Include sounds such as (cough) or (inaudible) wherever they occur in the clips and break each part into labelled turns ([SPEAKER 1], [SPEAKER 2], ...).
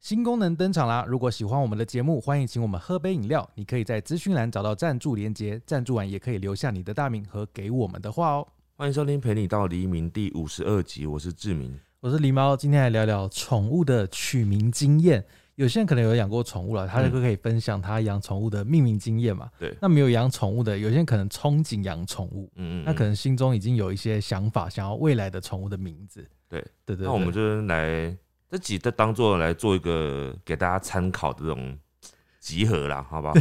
[SPEAKER 1] 新功能登场啦！如果喜欢我们的节目，欢迎请我们喝杯饮料。你可以在资讯栏找到赞助连结，赞助完也可以留下你的大名和给我们的话哦。
[SPEAKER 2] 欢迎收听《陪你到黎明》第五十二集，我是志明。
[SPEAKER 1] 我是狸猫，今天来聊聊宠物的取名经验。有些人可能有养过宠物了，他就可以分享他养宠物的命名经验嘛。
[SPEAKER 2] 对
[SPEAKER 1] 那没有养宠物的，有些人可能憧憬养宠物，
[SPEAKER 2] 嗯嗯，
[SPEAKER 1] 那可能心中已经有一些想法，想要未来的宠物的名字。
[SPEAKER 2] 对
[SPEAKER 1] 对对，
[SPEAKER 2] 那我们
[SPEAKER 1] 对
[SPEAKER 2] 就是来这集的当做来做一个给大家参考的这种集合啦，
[SPEAKER 1] (laughs)
[SPEAKER 2] 好不好？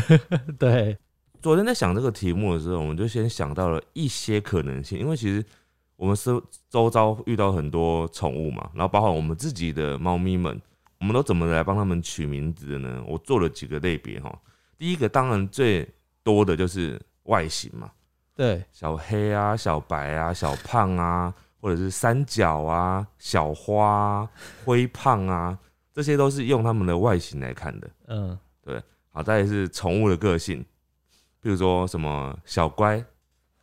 [SPEAKER 1] 对
[SPEAKER 2] 昨天在想这个题目的时候，我们就先想到了一些可能性，因为其实我们周周遭遇到很多宠物嘛，然后包括我们自己的猫咪们，我们都怎么来帮它们取名字的呢？我做了几个类别哈，第一个当然最多的就是外形嘛，
[SPEAKER 1] 对
[SPEAKER 2] 小黑啊、小白啊、小胖啊，或者是三角啊、小花、啊、灰胖啊，这些都是用它们的外形来看的。
[SPEAKER 1] 嗯，
[SPEAKER 2] 好，再来是宠物的个性，比如说什么小乖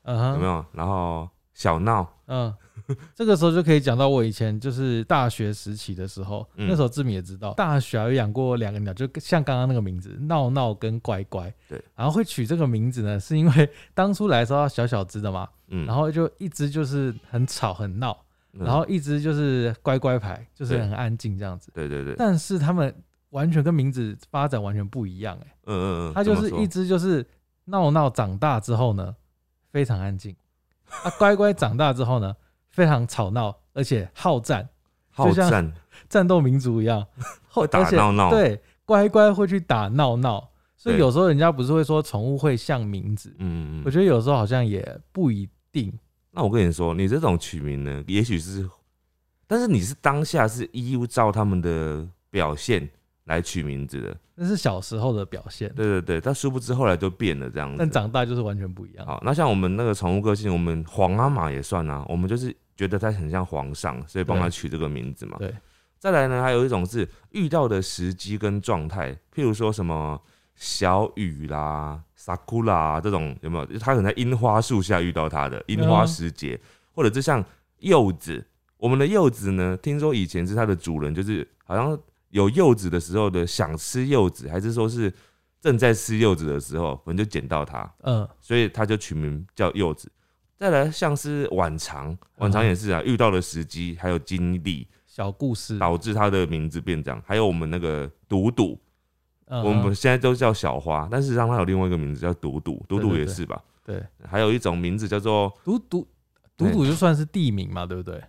[SPEAKER 1] 嗯
[SPEAKER 2] 有没
[SPEAKER 1] 哼，
[SPEAKER 2] 有，然后小闹，
[SPEAKER 1] 嗯， (laughs) 这个时候就可以讲到我以前就是大学时期的时候，
[SPEAKER 2] 嗯
[SPEAKER 1] 那时候志敏也知道，大学啊有养过两个鸟，就像刚刚那个名字闹闹跟乖乖。
[SPEAKER 2] 对，
[SPEAKER 1] 然后会取这个名字呢，是因为当初来的时候它小小只的嘛，
[SPEAKER 2] 嗯，
[SPEAKER 1] 然后就一只就是很吵很闹，
[SPEAKER 2] 嗯
[SPEAKER 1] 然后一只就是乖乖牌，就是
[SPEAKER 2] 对
[SPEAKER 1] 很安静这样子。
[SPEAKER 2] 对对对，嗯
[SPEAKER 1] 但是它们完全跟名字发展完全不一样、欸，
[SPEAKER 2] 嗯嗯，
[SPEAKER 1] 它就是
[SPEAKER 2] 怎么说
[SPEAKER 1] 一只就是闹闹长大之后呢，非常安静；啊，乖乖长大之后呢，非常吵闹，而且好战，
[SPEAKER 2] 好
[SPEAKER 1] 就像
[SPEAKER 2] 战，
[SPEAKER 1] 战斗民族一
[SPEAKER 2] (laughs)
[SPEAKER 1] 样，会
[SPEAKER 2] 打闹闹
[SPEAKER 1] 对，乖乖会去打闹闹，所以
[SPEAKER 2] 对
[SPEAKER 1] 有时候人家不是会说宠物会像名字，
[SPEAKER 2] 嗯嗯
[SPEAKER 1] 我
[SPEAKER 2] 嗯。
[SPEAKER 1] 觉得有时候好像也不一定。
[SPEAKER 2] 那我跟你说，你这种取名呢，也许是，但是你是当下是依照他们的表现来取名字的，
[SPEAKER 1] 那是小时候的表现，
[SPEAKER 2] 对对对，但殊不知后来就变了这样子。
[SPEAKER 1] 但长大就是完全不一样。
[SPEAKER 2] 好，那像我们那个宠物个性，我们皇阿玛也算啊，我们就是觉得它很像皇上，所以帮它
[SPEAKER 1] 对
[SPEAKER 2] 取这个名字嘛。
[SPEAKER 1] 对。
[SPEAKER 2] 再来呢，还有一种是遇到的时机跟状态，譬如说什么小雨啦、萨库啦这种，有没有？它可能在樱花树下遇到它的樱
[SPEAKER 1] 嗯
[SPEAKER 2] 花时节，或者是像柚子。我们的柚子呢，听说以前是它的主人，就是好像有柚子的时候的想吃柚子，还是说是正在吃柚子的时候，我们就捡到它。
[SPEAKER 1] 嗯，
[SPEAKER 2] 所以他就取名叫柚子。再来像是晚长，晚长也是啊，遇到的时机还有经历，
[SPEAKER 1] 小故事，
[SPEAKER 2] 导致他的名字变这样。还有我们那个赌赌，
[SPEAKER 1] 嗯
[SPEAKER 2] 我们现在都叫小花，但是让它有另外一个名字叫赌赌，赌赌也是吧？
[SPEAKER 1] 对
[SPEAKER 2] 还有一种名字叫做
[SPEAKER 1] 赌赌赌赌就算是地名嘛，对不对？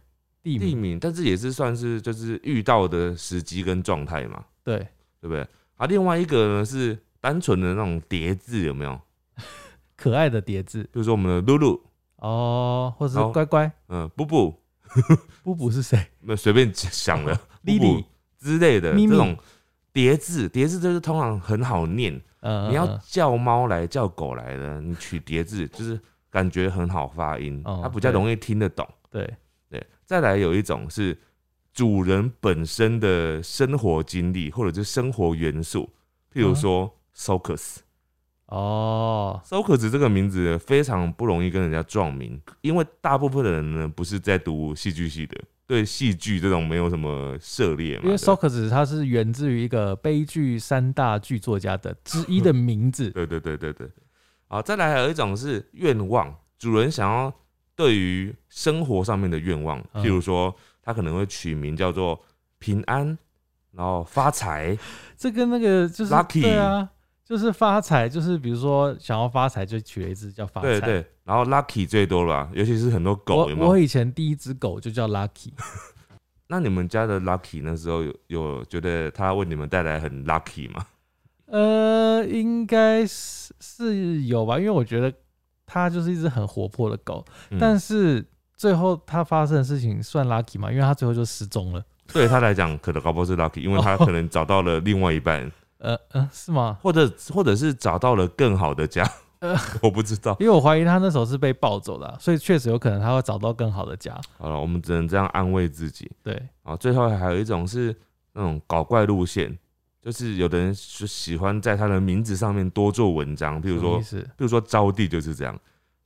[SPEAKER 1] 地
[SPEAKER 2] 地
[SPEAKER 1] 名
[SPEAKER 2] 名，但是也是算是就是遇到的时机跟状态嘛，
[SPEAKER 1] 对，
[SPEAKER 2] 对不对？啊，另外一个呢是单纯的那种叠字，有没有？
[SPEAKER 1] 可爱的叠字
[SPEAKER 2] 比如说我们的露露，
[SPEAKER 1] 哦，或者
[SPEAKER 2] 好
[SPEAKER 1] 是乖乖。
[SPEAKER 2] 嗯，布布，
[SPEAKER 1] 布布是谁？
[SPEAKER 2] 那随便想了，
[SPEAKER 1] (laughs) 莉
[SPEAKER 2] (laughs) 布
[SPEAKER 1] 莉
[SPEAKER 2] 布之类的
[SPEAKER 1] 咪咪
[SPEAKER 2] 这种叠字，叠字就是通常很好念。
[SPEAKER 1] 嗯，
[SPEAKER 2] 你要
[SPEAKER 1] 嗯
[SPEAKER 2] 叫猫来叫狗来的，你取叠字就是感觉很好发音，
[SPEAKER 1] 哦
[SPEAKER 2] 它比
[SPEAKER 1] 对
[SPEAKER 2] 较容易听得懂。
[SPEAKER 1] 对，
[SPEAKER 2] 对，再来有一种是主人本身的生活经历或者是生活元素，譬如
[SPEAKER 1] 嗯
[SPEAKER 2] 说 Socus。
[SPEAKER 1] 哦，
[SPEAKER 2] Socus 这个名字非常不容易跟人家撞名，因为大部分的人呢不是在读戏剧系的，对戏剧这种没有什么涉猎嘛。
[SPEAKER 1] 因为
[SPEAKER 2] 对
[SPEAKER 1] Socrates 它是源自于一个悲剧三大剧作家的之一的名字，
[SPEAKER 2] (laughs) 对对对对对。好，再来还有一种是愿望，主人想要对于生活上面的愿望，
[SPEAKER 1] 嗯
[SPEAKER 2] 譬如说他可能会取名叫做平安，然后发财，
[SPEAKER 1] 这跟那个就是
[SPEAKER 2] Lucky
[SPEAKER 1] 对啊，就是发财，就是比如说想要发财就取了一只叫发
[SPEAKER 2] 对
[SPEAKER 1] 财。
[SPEAKER 2] 对，然后 lucky 最多了吧，啊尤其是很多狗有没
[SPEAKER 1] 我我
[SPEAKER 2] 有？
[SPEAKER 1] 以前第一只狗就叫 Lucky，
[SPEAKER 2] 那你们家的 lucky 那时候有有觉得它为你们带来很 lucky 吗？
[SPEAKER 1] 呃，应该是是有吧，因为我觉得它就是一只很活泼的狗，
[SPEAKER 2] 嗯
[SPEAKER 1] 但是最后它发生的事情算 Lucky 吗？因为它最后就失踪了。
[SPEAKER 2] 对他来讲，可能搞不好是 lucky，因为
[SPEAKER 1] 哦
[SPEAKER 2] 他可能找到了另外一半，
[SPEAKER 1] 呃呃，是吗？
[SPEAKER 2] 或者或者是找到了更好的家，
[SPEAKER 1] 呃
[SPEAKER 2] 我不知道。
[SPEAKER 1] 因为我怀疑他那时候是被抱走的啊、所以确实有可能他会找到更好的家。
[SPEAKER 2] 好了，我们只能这样安慰自己。
[SPEAKER 1] 对，
[SPEAKER 2] 啊，最后还有一种是那种搞怪路线，就是有的人是喜欢在他的名字上面多做文章，比
[SPEAKER 1] 比
[SPEAKER 2] 如说，
[SPEAKER 1] 意
[SPEAKER 2] 比
[SPEAKER 1] 思
[SPEAKER 2] 如说招娣就是这样，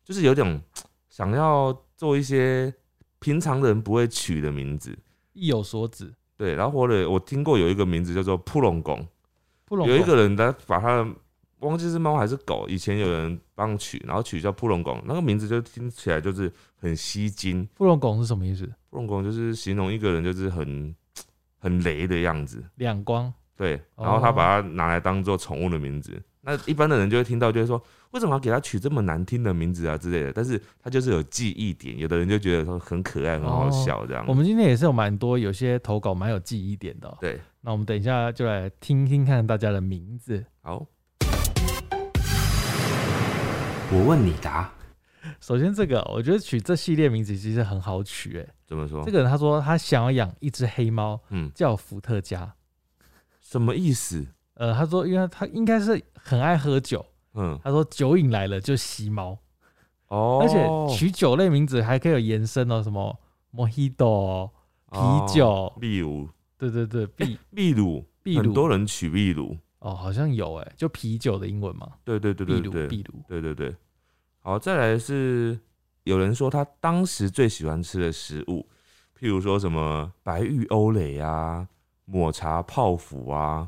[SPEAKER 2] 就是有点想要做一些平常人不会取的名字。
[SPEAKER 1] 意有所指，
[SPEAKER 2] 对，然后或者我听过有一个名字叫做扑龙宫，
[SPEAKER 1] 布隆
[SPEAKER 2] 有一个人他把他的忘记是猫还是狗，以前有人帮取，然后取叫扑龙宫，那个名字就听起来就是很吸睛。
[SPEAKER 1] 布隆拱是什么意思？
[SPEAKER 2] 扑龙宫就是形容一个人就是很很雷的样子，
[SPEAKER 1] 两光
[SPEAKER 2] 对，然
[SPEAKER 1] 哦
[SPEAKER 2] 后他把它拿来当做宠物的名字。那一般的人就会听到，就会说为什么要给他取这么难听的名字啊之类的。但是他就是有记忆点，有的人就觉得说很可爱、很好笑这样。
[SPEAKER 1] 哦我们今天也是有蛮多有些投稿蛮有记忆点的哦、
[SPEAKER 2] 对，
[SPEAKER 1] 那我们等一下就来听听看大家的名字。
[SPEAKER 2] 好，
[SPEAKER 3] 我问你答，
[SPEAKER 1] 首先这个，我觉得取这系列名字其实很好取、欸，
[SPEAKER 2] 怎么说？
[SPEAKER 1] 这个人他说他想要养一只黑猫，
[SPEAKER 2] 嗯，
[SPEAKER 1] 叫伏特加。
[SPEAKER 2] 什么意思？
[SPEAKER 1] 呃，他说，因为他应该是很爱喝酒，
[SPEAKER 2] 嗯，
[SPEAKER 1] 他说酒瘾来了就吸猫，
[SPEAKER 2] 哦，
[SPEAKER 1] 而且取酒类名字还可以有延伸哦，什么 Mojito、
[SPEAKER 2] 哦
[SPEAKER 1] 啤酒，
[SPEAKER 2] 秘鲁，
[SPEAKER 1] 对对对，秘
[SPEAKER 2] 秘鲁，
[SPEAKER 1] 秘
[SPEAKER 2] 很多
[SPEAKER 1] 鲁
[SPEAKER 2] 人取秘鲁，
[SPEAKER 1] 哦，好像有哎、就啤酒的英文嘛，
[SPEAKER 2] 对对对
[SPEAKER 1] 秘
[SPEAKER 2] 对
[SPEAKER 1] 鲁
[SPEAKER 2] 对，
[SPEAKER 1] 秘鲁，
[SPEAKER 2] 对对对。好，再来是有人说他当时最喜欢吃的食物，譬如说什么白玉欧蕾啊、抹茶泡芙啊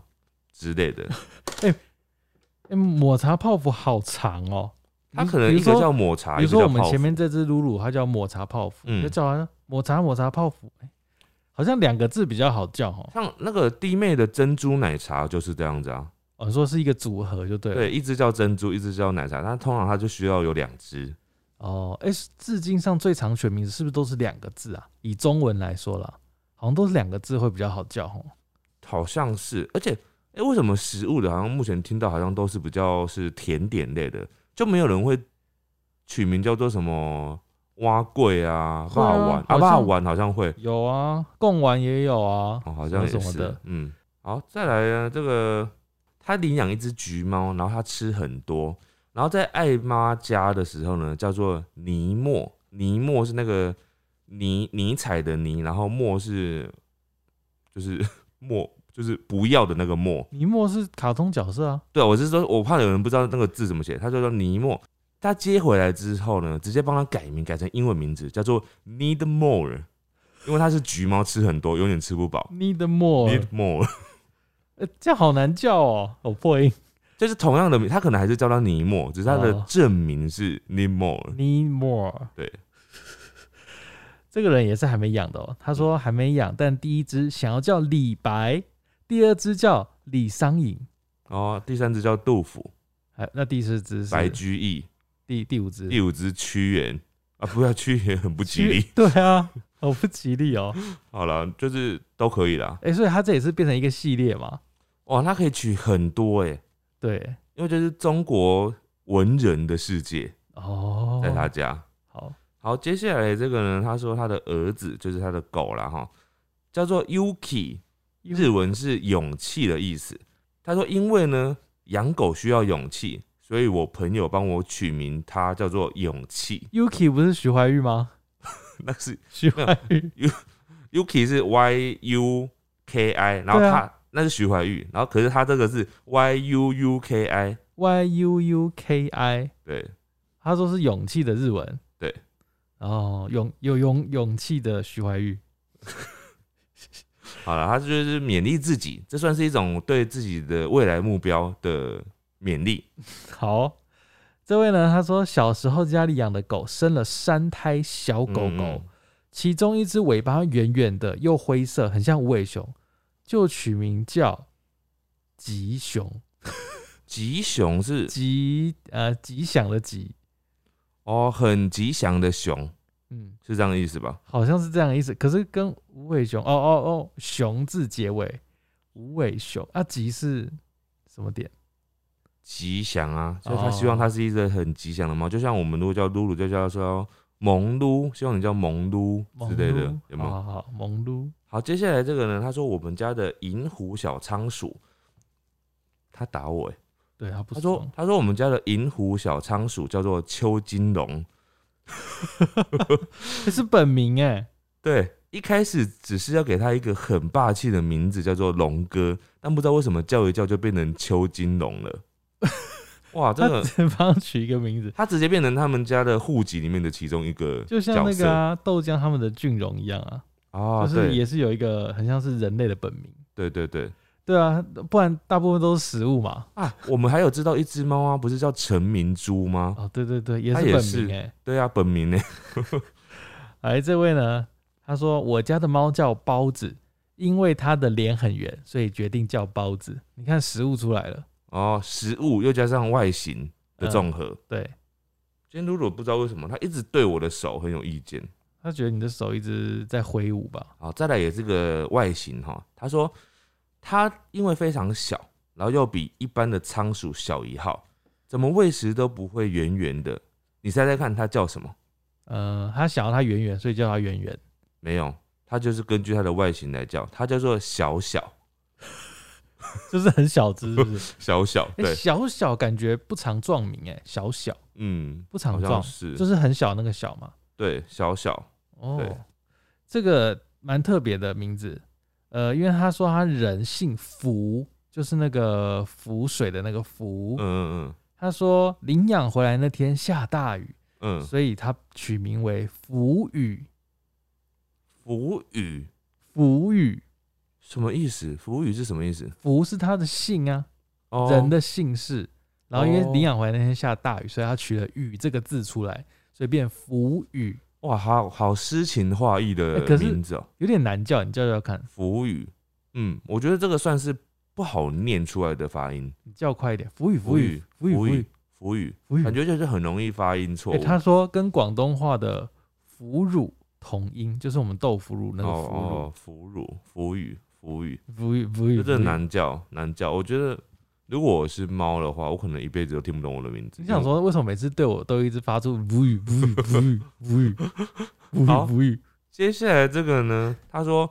[SPEAKER 2] 之类的。
[SPEAKER 1] 哎、抹茶泡芙好长哦，
[SPEAKER 2] 他
[SPEAKER 1] 你
[SPEAKER 2] 可能
[SPEAKER 1] 比
[SPEAKER 2] 一
[SPEAKER 1] 如说
[SPEAKER 2] 个叫抹茶，
[SPEAKER 1] 比
[SPEAKER 2] 一
[SPEAKER 1] 如
[SPEAKER 2] 个
[SPEAKER 1] 说
[SPEAKER 2] 叫
[SPEAKER 1] 我们
[SPEAKER 2] 泡
[SPEAKER 1] 前
[SPEAKER 2] 芙。
[SPEAKER 1] 面这只露露，它叫抹茶泡芙，
[SPEAKER 2] 嗯
[SPEAKER 1] 就叫完抹茶抹茶泡芙，哎好像两个字比较好叫哦。
[SPEAKER 2] 像那个弟妹的珍珠奶茶就是这样子啊，
[SPEAKER 1] 哦，你说是一个组合就对了。
[SPEAKER 2] 对，一只叫珍珠，一只叫奶茶，那通常它就需要有两只。
[SPEAKER 1] 哦，哎、至今上最常选名字是不是都是两个字啊？以中文来说啦，好像都是两个字会比较好叫哦。
[SPEAKER 2] 好像是，而且，哎、为什么食物的，好像目前听到好像都是比较是甜点类的，就没有人会取名叫做什么蛙桂啊、
[SPEAKER 1] 会
[SPEAKER 2] 霸
[SPEAKER 1] 啊
[SPEAKER 2] 丸
[SPEAKER 1] 好
[SPEAKER 2] 啊、霸
[SPEAKER 1] 像
[SPEAKER 2] 丸好像会，
[SPEAKER 1] 有啊，贡丸也有啊，
[SPEAKER 2] 哦，好像
[SPEAKER 1] 什
[SPEAKER 2] 也
[SPEAKER 1] 么什么
[SPEAKER 2] 是
[SPEAKER 1] 的，
[SPEAKER 2] 嗯，好，再来呢，这个他领养一只橘猫，然后他吃很多，然后在艾妈家的时候呢，叫做尼莫，尼莫是那个尼尼采的尼，然后莫是就是 (laughs) 莫就是不要的那个莫，
[SPEAKER 1] 尼莫是卡通角色啊。
[SPEAKER 2] 对，我是说，我怕有人不知道那个字怎么写，他就叫尼莫。他接回来之后呢，直接帮他改名，改成英文名字，叫做 Need More，因为他是橘猫，吃很多，有点吃不饱。
[SPEAKER 1] Need more，
[SPEAKER 2] Need More
[SPEAKER 1] 呃、这样好难叫哦。哦，破音。
[SPEAKER 2] 就是同样的名，他可能还是叫他尼莫，只是他的
[SPEAKER 1] 哦
[SPEAKER 2] 正名是 Need More。
[SPEAKER 1] Need more。
[SPEAKER 2] 对，
[SPEAKER 1] 这个人也是还没养的哦。他说还没养，但第一只想要叫李白，第二只叫李商隐，
[SPEAKER 2] 哦，第三只叫杜甫，
[SPEAKER 1] 还那第四只是
[SPEAKER 2] 白居易，
[SPEAKER 1] 第第五只
[SPEAKER 2] 第五只屈原啊，不要屈原很不吉利。
[SPEAKER 1] (laughs) 对啊，好不吉利哦。
[SPEAKER 2] 好了，就是都可以啦。
[SPEAKER 1] 哎、所以他这也是变成一个系列嘛？
[SPEAKER 2] 哇，他可以取很多哎、
[SPEAKER 1] 对，
[SPEAKER 2] 因为这是中国文人的世界，
[SPEAKER 1] 哦，
[SPEAKER 2] 在他家。
[SPEAKER 1] 好
[SPEAKER 2] 好，接下来这个呢，他说他的儿子就是他的狗啦，哈，叫做 Yuki，日文是勇气的意思。他说，因为呢养狗需要勇气，所以我朋友帮我取名它叫做勇气。 (laughs)
[SPEAKER 1] ，Yuki 不是徐怀钰吗？
[SPEAKER 2] 那是
[SPEAKER 1] 徐怀钰
[SPEAKER 2] Yuki 是 Y U K I，然后
[SPEAKER 1] 对啊
[SPEAKER 2] 他、那是徐怀钰，然后可是他这个是 Y U U K I，
[SPEAKER 1] (laughs) Y U U K I，
[SPEAKER 2] 对
[SPEAKER 1] 他说是勇气的日文。
[SPEAKER 2] 对，
[SPEAKER 1] 哦，勇有勇勇气的徐怀钰。
[SPEAKER 2] 好了，他就是勉励自己，这算是一种对自己的未来目标的勉励。
[SPEAKER 1] 好，这位呢，他说小时候家里养的狗生了三胎小狗狗，
[SPEAKER 2] 嗯嗯
[SPEAKER 1] 其中一只尾巴圆圆的又灰色，很像无尾熊，就取名叫吉熊，
[SPEAKER 2] 吉熊是
[SPEAKER 1] 吉呃吉祥的吉，
[SPEAKER 2] 哦，很吉祥的熊
[SPEAKER 1] 嗯，
[SPEAKER 2] 是这样的意思吧？
[SPEAKER 1] 好像是这样的意思。可是跟无尾熊，哦哦哦，熊字结尾，无尾熊啊，吉是什么点？
[SPEAKER 2] 吉祥啊，所以他
[SPEAKER 1] 哦
[SPEAKER 2] 希望它是一只很吉祥的猫，就像我们如果叫露露，就叫说蒙露，希望你叫蒙露之类的
[SPEAKER 1] 蒙，哦
[SPEAKER 2] 有没
[SPEAKER 1] 好
[SPEAKER 2] 有？
[SPEAKER 1] 好好，蒙撸，
[SPEAKER 2] 好，接下来这个呢，他说我们家的银狐小仓鼠，他打我欸
[SPEAKER 1] 对，他不
[SPEAKER 2] 他
[SPEAKER 1] 说
[SPEAKER 2] 说，他说我们家的银狐小仓鼠叫做邱金龙，
[SPEAKER 1] 这是本名哎、
[SPEAKER 2] (laughs) 对，一开始只是要给它一个很霸气的名字，叫做龙哥，但不知道为什么叫一叫就变成邱金龙了。哇，这
[SPEAKER 1] 他
[SPEAKER 2] 个
[SPEAKER 1] 只帮他取一个名字。
[SPEAKER 2] 他直接变成他们家的户籍里面的其中一个
[SPEAKER 1] 就
[SPEAKER 2] 角色，
[SPEAKER 1] 像那个、啊、豆浆他们的俊荣一样啊，
[SPEAKER 2] 啊，
[SPEAKER 1] 就是
[SPEAKER 2] 对
[SPEAKER 1] 也是有一个很像是人类的本名。
[SPEAKER 2] 对对对
[SPEAKER 1] 对啊，不然大部分都是食物嘛。
[SPEAKER 2] 啊，我们还有知道一只猫啊，不是叫陈明珠吗？
[SPEAKER 1] 哦，对对对，也
[SPEAKER 2] 它
[SPEAKER 1] 是
[SPEAKER 2] 也
[SPEAKER 1] 本
[SPEAKER 2] 是
[SPEAKER 1] 名哎、
[SPEAKER 2] 对啊，本名呢？ (laughs)
[SPEAKER 1] 哎，这位呢，他说我家的猫叫包子，因为它的脸很圆，所以决定叫包子。你看食物出来了，嗯
[SPEAKER 2] 哦，食物又加上外形的综合。
[SPEAKER 1] 对
[SPEAKER 2] 今天露露不知道为什么，他一直对我的手很有意见。
[SPEAKER 1] 他觉得你的手一直在挥舞吧？
[SPEAKER 2] 好，再来也是个外形哈。他说他因为非常小，然后又比一般的仓鼠小一号，怎么喂食都不会圆圆的。你猜猜看，它叫什么？
[SPEAKER 1] 呃，他想要它圆圆，所以叫它圆圆。
[SPEAKER 2] 没有，它就是根据它的外形来叫，它叫做小小
[SPEAKER 1] 就是很小只，是不是？
[SPEAKER 2] (laughs) 小小。
[SPEAKER 1] 哎、
[SPEAKER 2] (laughs) 对，
[SPEAKER 1] 小小感觉不常撞名、哎，小小
[SPEAKER 2] 嗯，
[SPEAKER 1] 不
[SPEAKER 2] 好
[SPEAKER 1] 常
[SPEAKER 2] 像
[SPEAKER 1] 撞，
[SPEAKER 2] 是，
[SPEAKER 1] 就是很小那个小嘛。
[SPEAKER 2] 对，小小。对
[SPEAKER 1] 哦，这个蛮特别的名字，呃，因为他说他人姓福，就是那个浮水的那个浮。
[SPEAKER 2] 嗯嗯
[SPEAKER 1] 他说领养回来那天下大雨，
[SPEAKER 2] 嗯嗯，
[SPEAKER 1] 所以他取名为浮雨。
[SPEAKER 2] 浮语
[SPEAKER 1] 浮雨，
[SPEAKER 2] 什么意思？浮语是什么意思？
[SPEAKER 1] 浮是他的姓啊，
[SPEAKER 2] 哦，
[SPEAKER 1] 人的姓氏。然后因为
[SPEAKER 2] 哦
[SPEAKER 1] 领养回来那天下大雨，所以他取了“雨”这个字出来，所以变浮雨。
[SPEAKER 2] 哇，好好诗情画意的
[SPEAKER 1] 哎可是
[SPEAKER 2] 名字哦、
[SPEAKER 1] 有点难叫，你叫叫看，
[SPEAKER 2] 浮语，嗯，我觉得这个算是不好念出来的发音，
[SPEAKER 1] 你叫快一点。浮雨，浮雨，浮雨，
[SPEAKER 2] 浮
[SPEAKER 1] 浮
[SPEAKER 2] 语
[SPEAKER 1] 雨，，
[SPEAKER 2] 浮语，
[SPEAKER 1] 浮雨
[SPEAKER 2] 感。觉就是很容易发音错
[SPEAKER 1] 欸
[SPEAKER 2] 误。哦
[SPEAKER 1] 他说跟广东话的腐乳同音，就是我们豆腐乳那个
[SPEAKER 2] 哦
[SPEAKER 1] 腐乳
[SPEAKER 2] 哦，腐乳，腐语，腐语，，
[SPEAKER 1] 腐乳腐乳。
[SPEAKER 2] 就真
[SPEAKER 1] 腐
[SPEAKER 2] 的
[SPEAKER 1] 乳
[SPEAKER 2] 难叫，难叫。我觉得如果我是猫的话，我可能一辈子都听不懂我的名字。
[SPEAKER 1] 你想说为什么每次对我都一直发出无语无语无语无语无
[SPEAKER 2] 好
[SPEAKER 1] 语无语？
[SPEAKER 2] 接下来这个呢？他说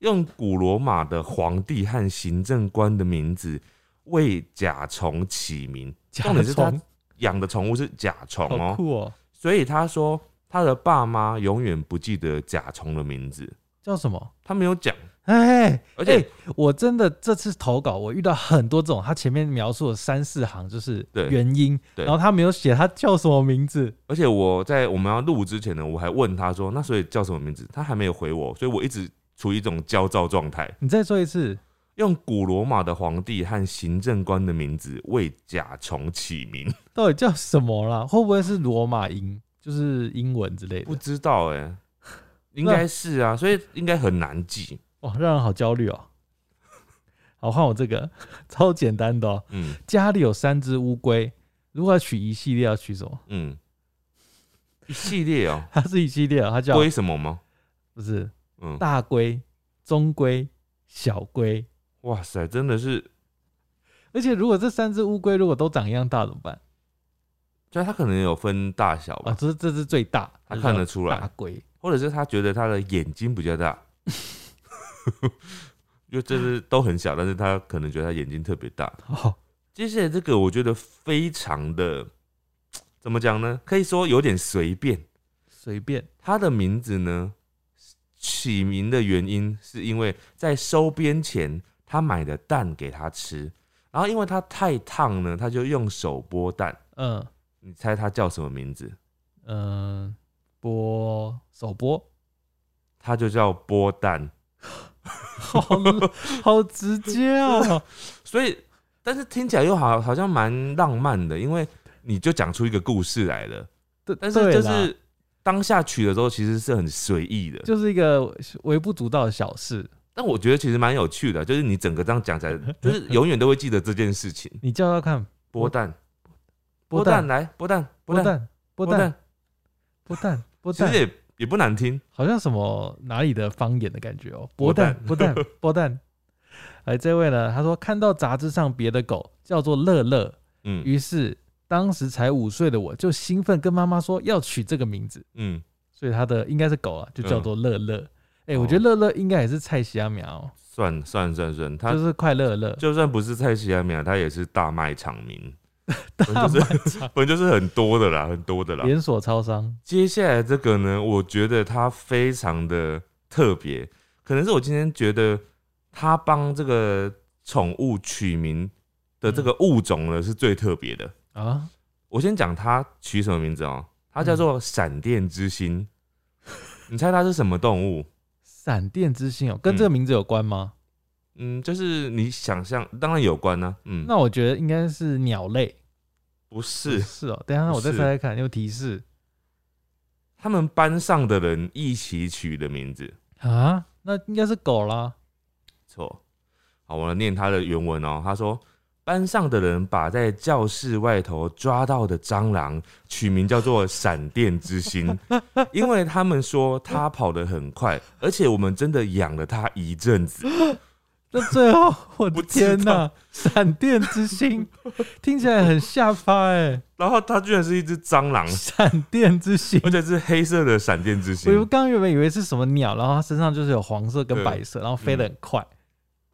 [SPEAKER 2] 用古罗马的皇帝和行政官的名字为甲虫起名，
[SPEAKER 1] 甲
[SPEAKER 2] 重点是他
[SPEAKER 1] 虫
[SPEAKER 2] 养的宠物是甲虫哦、
[SPEAKER 1] 好酷哦，
[SPEAKER 2] 所以他说他的爸妈永远不记得甲虫的名字，
[SPEAKER 1] 叫什么？
[SPEAKER 2] 他没有讲，
[SPEAKER 1] 哎，
[SPEAKER 2] 而且、
[SPEAKER 1] 哎我真的这次投稿，我遇到很多这种，他前面描述了三四行就是
[SPEAKER 2] 对
[SPEAKER 1] 原因，
[SPEAKER 2] 对
[SPEAKER 1] 然后他没有写他叫什么名字，
[SPEAKER 2] 而且我在我们要录之前呢，我还问他说，那所以叫什么名字？他还没有回我，所以我一直处于一种焦躁状态。
[SPEAKER 1] 你再说一次，
[SPEAKER 2] 用古罗马的皇帝和行政官的名字为甲虫起
[SPEAKER 1] (laughs)
[SPEAKER 2] 名，
[SPEAKER 1] 到底叫什么啦？会不会是罗马音，就是英文之类
[SPEAKER 2] 不
[SPEAKER 1] 的？
[SPEAKER 2] 知道哎、
[SPEAKER 1] (laughs)
[SPEAKER 2] 应该是啊，所以应该很难记。
[SPEAKER 1] 哇，让人好焦虑哦。好，换我这个超简单的、哦。
[SPEAKER 2] 嗯
[SPEAKER 1] 家里有三只乌龟，如果要取一系列，要取什么？
[SPEAKER 2] 嗯，一系列
[SPEAKER 1] (laughs)
[SPEAKER 2] 哦、
[SPEAKER 1] 它是一系列哦，它叫
[SPEAKER 2] 龟什么吗？
[SPEAKER 1] 不是
[SPEAKER 2] 嗯，
[SPEAKER 1] 大龟、中龟、小龟。
[SPEAKER 2] 哇塞，真的是，
[SPEAKER 1] 而且如果这三只乌龟如果都长一样大怎么办？
[SPEAKER 2] 就他可能有分大小吧
[SPEAKER 1] 啊，，这这只最大，
[SPEAKER 2] 他看得出来
[SPEAKER 1] 大龟。
[SPEAKER 2] 或者是他觉得他的眼睛比较大，
[SPEAKER 1] (laughs)
[SPEAKER 2] 就这是都很小，但是他可能觉得他眼睛特别大。
[SPEAKER 1] 好，
[SPEAKER 2] 接下来这个我觉得非常的怎么讲呢？可以说有点随便。
[SPEAKER 1] 随便
[SPEAKER 2] 他的名字呢，起名的原因是因为在收编前他买的蛋给他吃，然后因为他太烫呢，他就用手剥蛋。
[SPEAKER 1] 嗯
[SPEAKER 2] 你猜他叫什么名字？
[SPEAKER 1] 嗯，波手波，
[SPEAKER 2] 他就叫剥蛋。
[SPEAKER 1] 好 (laughs) 好直接
[SPEAKER 2] (laughs)
[SPEAKER 1] 哦。
[SPEAKER 2] 所以，但是听起来又好好像蛮浪漫的，因为你就讲出一个故事来了。
[SPEAKER 1] 对
[SPEAKER 2] 但是
[SPEAKER 1] 对
[SPEAKER 2] 就
[SPEAKER 1] 啦
[SPEAKER 2] 是当下取的时候，其实是很随意的。
[SPEAKER 1] 就是一个微不足道的小事。
[SPEAKER 2] 但我觉得其实蛮有趣的，就是你整个这样讲起来，就是永远都会记得这件事情。
[SPEAKER 1] 你叫他看
[SPEAKER 2] 波蛋，
[SPEAKER 1] 波
[SPEAKER 2] 波
[SPEAKER 1] 蛋
[SPEAKER 2] 蛋，来，波蛋，
[SPEAKER 1] 波
[SPEAKER 2] 波蛋，
[SPEAKER 1] 蛋，波
[SPEAKER 2] 波
[SPEAKER 1] 蛋，
[SPEAKER 2] 蛋，
[SPEAKER 1] 波蛋，波
[SPEAKER 2] 哦其实
[SPEAKER 1] 蛋，
[SPEAKER 2] 也也不难听。
[SPEAKER 1] 好像什么哪里的方言的感觉哦。波
[SPEAKER 2] 波
[SPEAKER 1] 蛋，波蛋，
[SPEAKER 2] (laughs)
[SPEAKER 1] 波蛋。哎，这位呢，他说看到杂志上别的狗叫做乐乐，
[SPEAKER 2] 嗯
[SPEAKER 1] 于是当时才五岁的我就兴奋跟妈妈说要取这个名字，
[SPEAKER 2] 嗯，
[SPEAKER 1] 所以他的应该是狗啊，就叫做乐乐。哎、我
[SPEAKER 2] 哦
[SPEAKER 1] 觉得乐乐应该也是菜西亚苗，哦
[SPEAKER 2] 算算算算，哦他
[SPEAKER 1] 就是快乐乐，
[SPEAKER 2] 就算不是蔡徐亚米亚，他也是大卖
[SPEAKER 1] (laughs)
[SPEAKER 2] 场名，
[SPEAKER 1] 大
[SPEAKER 2] 就是
[SPEAKER 1] 卖场
[SPEAKER 2] (laughs) 本来就是很多的啦，很多的啦。
[SPEAKER 1] 连锁超商。
[SPEAKER 2] 接下来这个呢，我觉得它非常的特别，可能是我今天觉得它帮这个宠物取名的
[SPEAKER 1] 嗯
[SPEAKER 2] 这个物种呢是最特别的。
[SPEAKER 1] 啊，
[SPEAKER 2] 我先讲它取什么
[SPEAKER 1] 嗯
[SPEAKER 2] 名字哦，它叫做闪电之星。你猜它是什么动物？
[SPEAKER 1] 闪电之星哦，跟这个名字有关吗？
[SPEAKER 2] 嗯，就是你想象，当然有关呢、嗯，
[SPEAKER 1] 那我觉得应该是鸟类。
[SPEAKER 2] 不是
[SPEAKER 1] 是哦，等一下我再猜猜看，有提示
[SPEAKER 2] 他们班上的人一起取的名字，
[SPEAKER 1] 啊？那应该是狗啦。
[SPEAKER 2] 错。好，我来念他的原文哦。他说，班上的人把在教室外头抓到的蟑螂取名叫做“闪电之星”，因为他们说它跑得很快，而且我们真的养了它一阵子。
[SPEAKER 1] 那最后，我的
[SPEAKER 2] 不知道
[SPEAKER 1] 天哪！闪电之星听起来很下趴
[SPEAKER 2] (laughs)
[SPEAKER 1] 哎、
[SPEAKER 2] 然后它居然是一只蟑螂，
[SPEAKER 1] 闪电之星，
[SPEAKER 2] 而且是黑色的闪电之
[SPEAKER 1] 我
[SPEAKER 2] 星。
[SPEAKER 1] 刚原本以为是什么鸟，然后它身上就是有黄色跟
[SPEAKER 2] 对嗯
[SPEAKER 1] 白色，然后飞得很快。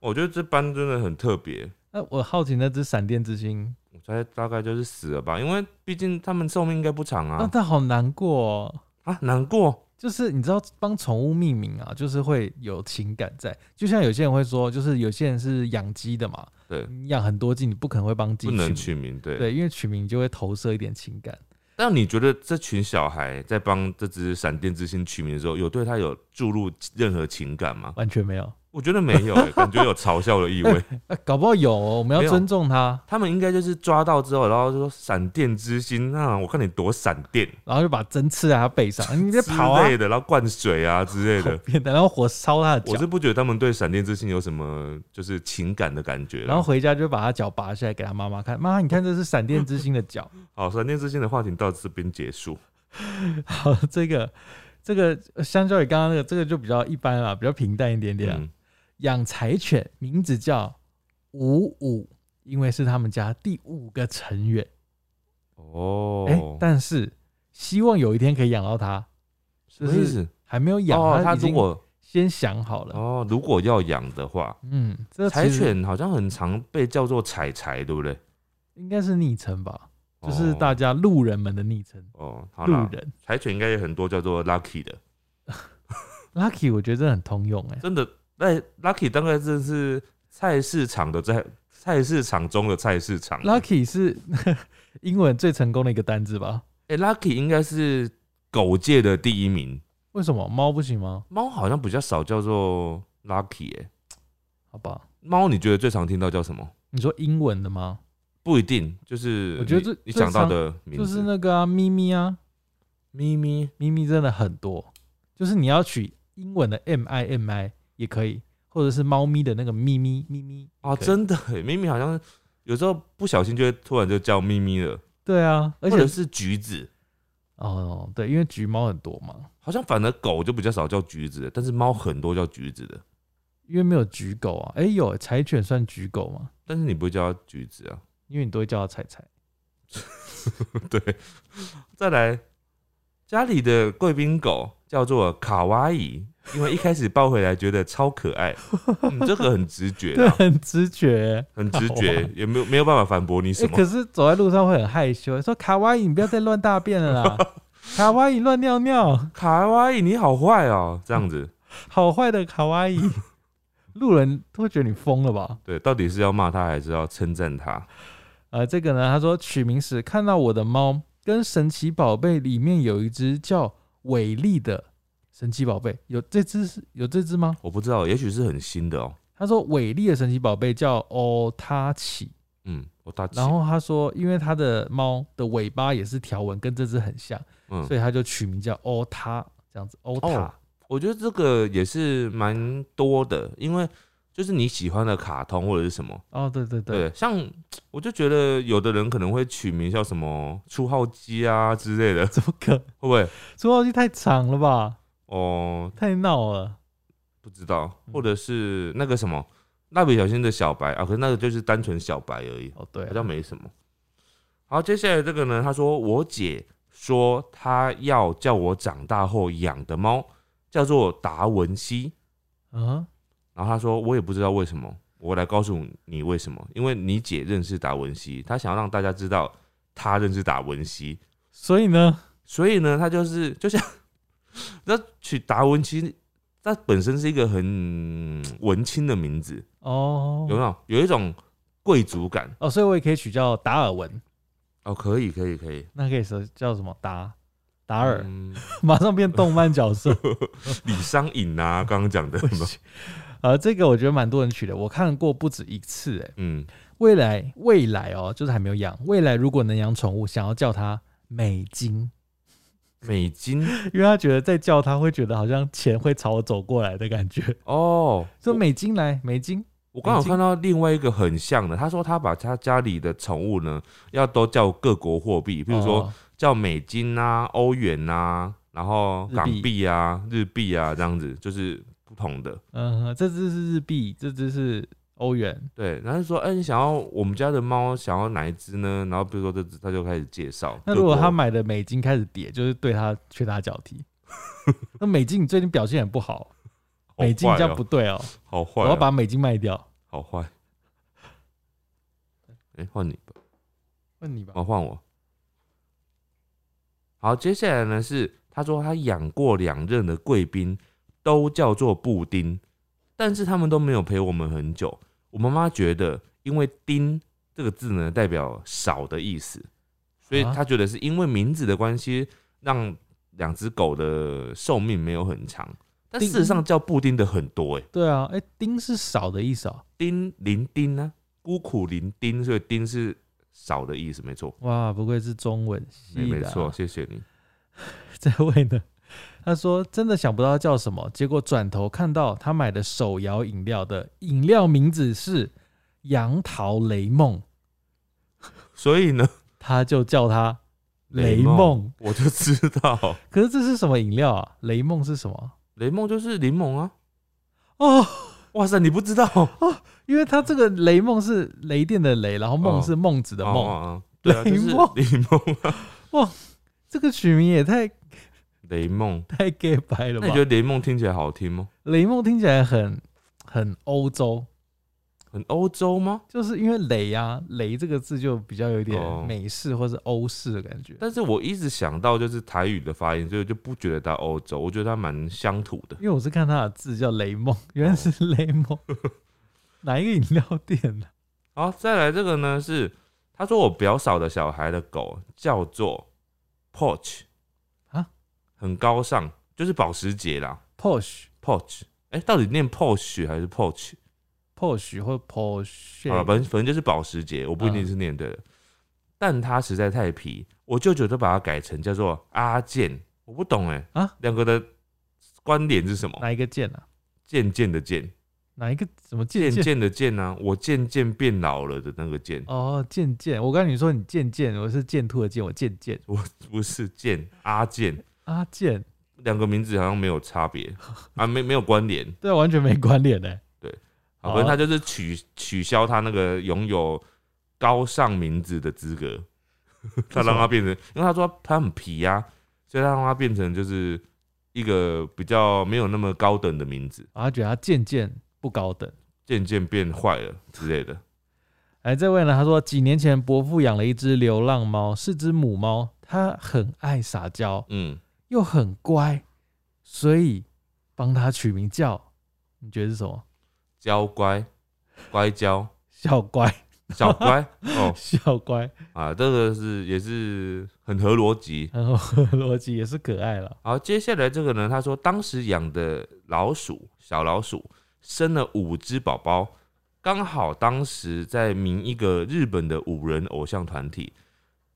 [SPEAKER 2] 我觉得这班真的很特别。
[SPEAKER 1] 那、我好奇那只闪电之星，
[SPEAKER 2] 我猜大概就是死了吧，因为毕竟他们寿命应该不长
[SPEAKER 1] 那、
[SPEAKER 2] 啊
[SPEAKER 1] 啊、。它好难过、哦。
[SPEAKER 2] 啊，难过，
[SPEAKER 1] 就是你知道帮宠物命名啊，就是会有情感在，就像有些人会说，就是有些人是养鸡的嘛，
[SPEAKER 2] 对，
[SPEAKER 1] 你养很多鸡，你不可能会帮鸡
[SPEAKER 2] 不能
[SPEAKER 1] 名
[SPEAKER 2] 取名。对，
[SPEAKER 1] 对，因为取名就会投射一点情感。
[SPEAKER 2] 那你觉得这群小孩在帮这只闪电之星取名的时候，有对他有注入任何情感吗？
[SPEAKER 1] 完全没
[SPEAKER 2] (laughs)
[SPEAKER 1] 有，
[SPEAKER 2] 我觉得没有、欸，感觉有嘲笑的意
[SPEAKER 1] (laughs)
[SPEAKER 2] 味。
[SPEAKER 1] 呃、搞不好有、哦，我们
[SPEAKER 2] 没
[SPEAKER 1] 要
[SPEAKER 2] 有
[SPEAKER 1] 尊重它，
[SPEAKER 2] 他们应该就是抓到之后，然后就说闪电之星，那我看你躲闪电
[SPEAKER 1] 然后就把针刺在它背上，
[SPEAKER 2] (laughs)
[SPEAKER 1] 你在
[SPEAKER 2] 之
[SPEAKER 1] 跑啊，
[SPEAKER 2] 类的，然后灌水
[SPEAKER 1] (laughs)
[SPEAKER 2] 啊之类
[SPEAKER 1] 好
[SPEAKER 2] 的。
[SPEAKER 1] 变态，然后火烧它的
[SPEAKER 2] 我是
[SPEAKER 1] 脚，
[SPEAKER 2] 不觉得他们对闪电之星有什么就是情感的感觉啦。
[SPEAKER 1] 然后回家就把它脚拔下来给它妈妈看，妈妈你看这是闪电之星的
[SPEAKER 2] (laughs)
[SPEAKER 1] 脚。
[SPEAKER 2] 好，闪电之星的话题到这边结束。
[SPEAKER 1] 好，这个这个呃相较于刚刚那个，这个就比较一般啦，比较平淡一点点啊。
[SPEAKER 2] 嗯，
[SPEAKER 1] 养柴犬，名字叫五五，因为是他们家第五个成员。
[SPEAKER 2] 哦，
[SPEAKER 1] 哎、但是希望有一天可以养到它，
[SPEAKER 2] 什
[SPEAKER 1] 就
[SPEAKER 2] 么意
[SPEAKER 1] 是
[SPEAKER 2] 思？
[SPEAKER 1] 还没有养，
[SPEAKER 2] 哦，
[SPEAKER 1] 它
[SPEAKER 2] 他
[SPEAKER 1] 已
[SPEAKER 2] 如
[SPEAKER 1] 经
[SPEAKER 2] 果
[SPEAKER 1] 先想好了。
[SPEAKER 2] 哦如果要养的话，
[SPEAKER 1] 嗯，这
[SPEAKER 2] 柴
[SPEAKER 1] 其实
[SPEAKER 2] 犬好像很常被叫做柴柴，对不对？
[SPEAKER 1] 应该是昵称吧，就是大
[SPEAKER 2] 哦
[SPEAKER 1] 家路人们的昵称。
[SPEAKER 2] 哦，好
[SPEAKER 1] 路
[SPEAKER 2] 啦，
[SPEAKER 1] 人
[SPEAKER 2] 柴犬应该有很多叫做 Lucky 的，
[SPEAKER 1] Lucky，我觉得真的很通用哎、
[SPEAKER 2] 真的，那 Lucky 大概真的是菜市场的在菜市场中的菜市场。
[SPEAKER 1] Lucky 是 (laughs) 英文最成功的一个单字吧？
[SPEAKER 2] 哎、l u c k y 应该是狗界的第一名，
[SPEAKER 1] 为什么猫不行吗？
[SPEAKER 2] 猫好像比较少叫做 Lucky 哎、
[SPEAKER 1] 好吧，
[SPEAKER 2] 猫你觉得最常听到叫什么？
[SPEAKER 1] 你说英文的吗？
[SPEAKER 2] 不一定，就是
[SPEAKER 1] 我觉得
[SPEAKER 2] 你
[SPEAKER 1] 最
[SPEAKER 2] 你
[SPEAKER 1] 最
[SPEAKER 2] 想到
[SPEAKER 1] 常
[SPEAKER 2] 的名字
[SPEAKER 1] 就是那个啊，咪咪啊，
[SPEAKER 2] 咪咪
[SPEAKER 1] 咪咪真的很多，就是你要取英文的 M I M I 也可以，或者是猫咪的那个咪咪咪咪。
[SPEAKER 2] 啊，
[SPEAKER 1] 可以
[SPEAKER 2] 真的、欸、咪咪好像有时候不小心就会突然就叫咪咪了，
[SPEAKER 1] 对啊，而
[SPEAKER 2] 或
[SPEAKER 1] 且
[SPEAKER 2] 者是橘子。
[SPEAKER 1] 哦，对，因为橘猫很多嘛，
[SPEAKER 2] 好像反而狗就比较少叫橘子的，但是猫很多叫橘子的，
[SPEAKER 1] 因为没有橘狗啊。哎、有柴犬算橘狗吗？
[SPEAKER 2] 但是你不会叫它橘子啊。 (laughs)
[SPEAKER 1] 因为你都会叫它菜菜。
[SPEAKER 2] 对，再来，家里的贵宾狗叫做卡哇伊，因为一开始抱回来觉得超可爱，嗯、这个很直觉
[SPEAKER 1] 对，(laughs)
[SPEAKER 2] 啊，
[SPEAKER 1] 很直觉。欸
[SPEAKER 2] 很直
[SPEAKER 1] 卡
[SPEAKER 2] 觉
[SPEAKER 1] 哇，
[SPEAKER 2] 也没有没有办法反驳
[SPEAKER 1] 啊
[SPEAKER 2] 你
[SPEAKER 1] 哎、
[SPEAKER 2] 什么
[SPEAKER 1] 可。是走在路上会很害羞，说卡哇伊，你不要再乱大便了
[SPEAKER 2] (laughs)
[SPEAKER 1] 啦，卡哇伊乱尿尿，
[SPEAKER 2] 卡哇伊你好坏哦，这样子，
[SPEAKER 1] 好坏的卡哇伊，路人都会觉得你疯了吧？
[SPEAKER 2] 对，到底是要骂它还是要称赞它？
[SPEAKER 1] 呃，这个呢，他说取名时看到我的猫跟神奇宝贝里面有一只叫伟力的神奇宝贝，有这只是有这只吗？
[SPEAKER 2] 我不知道，也许是很新的哦。
[SPEAKER 1] 他说伟力的神奇宝贝叫欧塔奇，
[SPEAKER 2] 嗯，我大气
[SPEAKER 1] 然后他说因为他的猫的尾巴也是条纹，跟这只很像，
[SPEAKER 2] 嗯
[SPEAKER 1] 所，以他就取名叫欧塔，这样子欧塔。
[SPEAKER 2] 哦我觉得这个也是蛮多的，因为就是你喜欢的卡通或者是什么，
[SPEAKER 1] 哦，对对对，
[SPEAKER 2] 对，像我就觉得有的人可能会取名叫什么初号机啊之
[SPEAKER 1] (laughs)
[SPEAKER 2] 类的，
[SPEAKER 1] 怎么可？
[SPEAKER 2] 会不会？
[SPEAKER 1] 出号机太长了吧，
[SPEAKER 2] 哦，
[SPEAKER 1] 太闹了。
[SPEAKER 2] 不知道，
[SPEAKER 1] 嗯
[SPEAKER 2] 或者是那个什么蜡笔小新的小白啊，可是那个就是单纯小白而已，
[SPEAKER 1] 哦，对
[SPEAKER 2] 好
[SPEAKER 1] 啊、
[SPEAKER 2] 像没什么。好，接下来这个呢，他说我姐说她要叫我长大后养的猫叫做达文西，
[SPEAKER 1] 嗯，
[SPEAKER 2] 然后他说我也不知道为什么，我来告诉你为什么，因为你姐认识达文西，她想要让大家知道她认识达文西，
[SPEAKER 1] 所以呢，
[SPEAKER 2] 所以呢，她就是 (laughs) 就像那取达文西，它本身是一个很嗯文青的名字，
[SPEAKER 1] 哦
[SPEAKER 2] 有没有有一种贵族感？
[SPEAKER 1] 哦，所以我也可以取叫达尔文，
[SPEAKER 2] 哦，可以可以可以，
[SPEAKER 1] 那可以说叫什么达达尔，
[SPEAKER 2] 嗯
[SPEAKER 1] (laughs) 马上变动漫角
[SPEAKER 2] (laughs)
[SPEAKER 1] 色。
[SPEAKER 2] 李商隐啊，刚刚讲的，有没有
[SPEAKER 1] 呃，这个我觉得蛮多人取的，我看过不止一次、欸。
[SPEAKER 2] 嗯，
[SPEAKER 1] 未来未来哦，就是还没有养。未来如果能养宠物，想要叫它美金，
[SPEAKER 2] 美金
[SPEAKER 1] 因为他觉得再叫它会觉得好像钱会朝我走过来的感觉。
[SPEAKER 2] 哦，
[SPEAKER 1] 说美金来，美金，
[SPEAKER 2] 我刚好看到另外一个很像的，他说他把他家里的宠物呢，要都叫各国货币，比如说
[SPEAKER 1] 哦
[SPEAKER 2] 叫美金啊、欧元啊，然后港币啊、日币啊这样子，就是不同的。
[SPEAKER 1] 嗯哼，这只是日币，这只是欧元，
[SPEAKER 2] 对，然后就说，哎、你想要我们家的猫想要哪一只呢？然后比如说这只，他就开始介绍。
[SPEAKER 1] 那如果
[SPEAKER 2] 各国
[SPEAKER 1] 他买的美金开始跌，就是对他拳打脚
[SPEAKER 2] (laughs)
[SPEAKER 1] 踢。那美金你最近表现很不好，
[SPEAKER 2] 好
[SPEAKER 1] 美金
[SPEAKER 2] 坏
[SPEAKER 1] 这样
[SPEAKER 2] 哦
[SPEAKER 1] 不对哦，
[SPEAKER 2] 好坏、
[SPEAKER 1] 我
[SPEAKER 2] 哦，
[SPEAKER 1] 要把美金卖掉。
[SPEAKER 2] 好坏。哎、换你吧。
[SPEAKER 1] 问你吧，
[SPEAKER 2] 哦，换我。好，接下来呢是他说他养过两任的贵宾都叫做布丁，但是他们都没有陪我们很久。我妈妈觉得，因为“丁”这个字呢代表少的意思，所以
[SPEAKER 1] 啊
[SPEAKER 2] 她觉得是因为名字的关系，让两只狗的寿命没有很长。但事实上叫布丁的很多哎、
[SPEAKER 1] 对啊，哎、丁是少的意思哦。
[SPEAKER 2] 丁零丁呢、孤苦伶仃，所以“丁”是少的意思，没错，
[SPEAKER 1] 哇，不愧是中文系
[SPEAKER 2] 没
[SPEAKER 1] 的、啊
[SPEAKER 2] 没错，，谢谢你。
[SPEAKER 1] (laughs) 这位呢，他说真的想不到叫什么，结果转头看到他买的手摇饮料的饮料名字是杨桃雷梦，
[SPEAKER 2] 所以呢， (laughs)
[SPEAKER 1] 他就叫它雷
[SPEAKER 2] 雷
[SPEAKER 1] 梦
[SPEAKER 2] 梦。我就知道
[SPEAKER 1] 可是这是什么饮料啊？雷梦是什么？
[SPEAKER 2] 雷梦就是柠檬啊！
[SPEAKER 1] 哦，
[SPEAKER 2] 哇塞，你不知道？
[SPEAKER 1] 因为它这个雷梦是雷电的雷，然后梦是孟子的
[SPEAKER 2] 哦
[SPEAKER 1] 梦，
[SPEAKER 2] 哦哦对 (laughs) 啊，
[SPEAKER 1] 雷
[SPEAKER 2] 就是
[SPEAKER 1] 梦
[SPEAKER 2] 柠檬啊，
[SPEAKER 1] 这个取名也太 (laughs)
[SPEAKER 2] 雷梦。
[SPEAKER 1] 太 gay 白了
[SPEAKER 2] 那
[SPEAKER 1] 吧
[SPEAKER 2] 你觉？得雷梦听起来好听吗？
[SPEAKER 1] 雷梦听起来很很欧洲，
[SPEAKER 2] 很欧洲吗？
[SPEAKER 1] 就是因为雷啊，雷这个字就比较有一点
[SPEAKER 2] 哦
[SPEAKER 1] 美式或是欧式的感觉。
[SPEAKER 2] 但是我一直想到就是台语的发音，所以就不觉得它欧洲，我觉得它蛮乡土的。
[SPEAKER 1] 因为我是看他的字叫雷
[SPEAKER 2] 哦
[SPEAKER 1] 梦，原来是雷梦， (laughs) 哪一个饮料店啊呢、
[SPEAKER 2] 好，再来这个呢是他说我表嫂的小孩的狗叫做 Poch
[SPEAKER 1] 啊，
[SPEAKER 2] 很高尚，就是保时捷啦
[SPEAKER 1] p o s
[SPEAKER 2] Poch。哎、到底念 Poch 还是 Poch？
[SPEAKER 1] h p o s h 或 Porsche，
[SPEAKER 2] 好了，反正反正就是保时捷，我不一
[SPEAKER 1] 嗯
[SPEAKER 2] 定是念对的。但它实在太皮，我舅舅都把它改成叫做阿健，我不懂哎、
[SPEAKER 1] 啊
[SPEAKER 2] 两个的关联是什么？
[SPEAKER 1] 哪一个键啊？
[SPEAKER 2] 渐渐的渐，
[SPEAKER 1] 哪一个什么
[SPEAKER 2] 渐
[SPEAKER 1] 渐渐？
[SPEAKER 2] 渐的渐呢、我渐渐变老了的那个渐，
[SPEAKER 1] 哦，渐渐，我跟你说，你渐渐，我是健兔的健，我渐渐啊
[SPEAKER 2] 不是健阿健，
[SPEAKER 1] 阿健，
[SPEAKER 2] 两个名字好像没有差别啊，没没有关联。
[SPEAKER 1] 对啊，完全没关联欸呢、
[SPEAKER 2] 好，
[SPEAKER 1] 好
[SPEAKER 2] 反正他就是取取消他那个拥有高尚名字的资格， (laughs) 他让他变成，因为他说他很皮呀、所以他让他变成就是一个比较没有那么高等的名字，
[SPEAKER 1] 然后觉得他渐渐不高等。
[SPEAKER 2] 渐渐变坏了之类的。
[SPEAKER 1] 哎，这位呢，他说几年前伯父养了一只流浪猫，是只母猫，它很爱撒娇，
[SPEAKER 2] 嗯，
[SPEAKER 1] 又很乖，所以帮它取名叫，你觉得是什么？
[SPEAKER 2] 娇乖，乖娇，
[SPEAKER 1] 小乖， (laughs)
[SPEAKER 2] 小乖哦
[SPEAKER 1] 小乖，
[SPEAKER 2] 啊，这个是也是很合逻辑。
[SPEAKER 1] 然后逻辑也是可爱了。
[SPEAKER 2] 好，接下来这个呢，他说当时养的老鼠，小老鼠生了五只宝宝，刚好当时在明一个日本的五人偶像团体，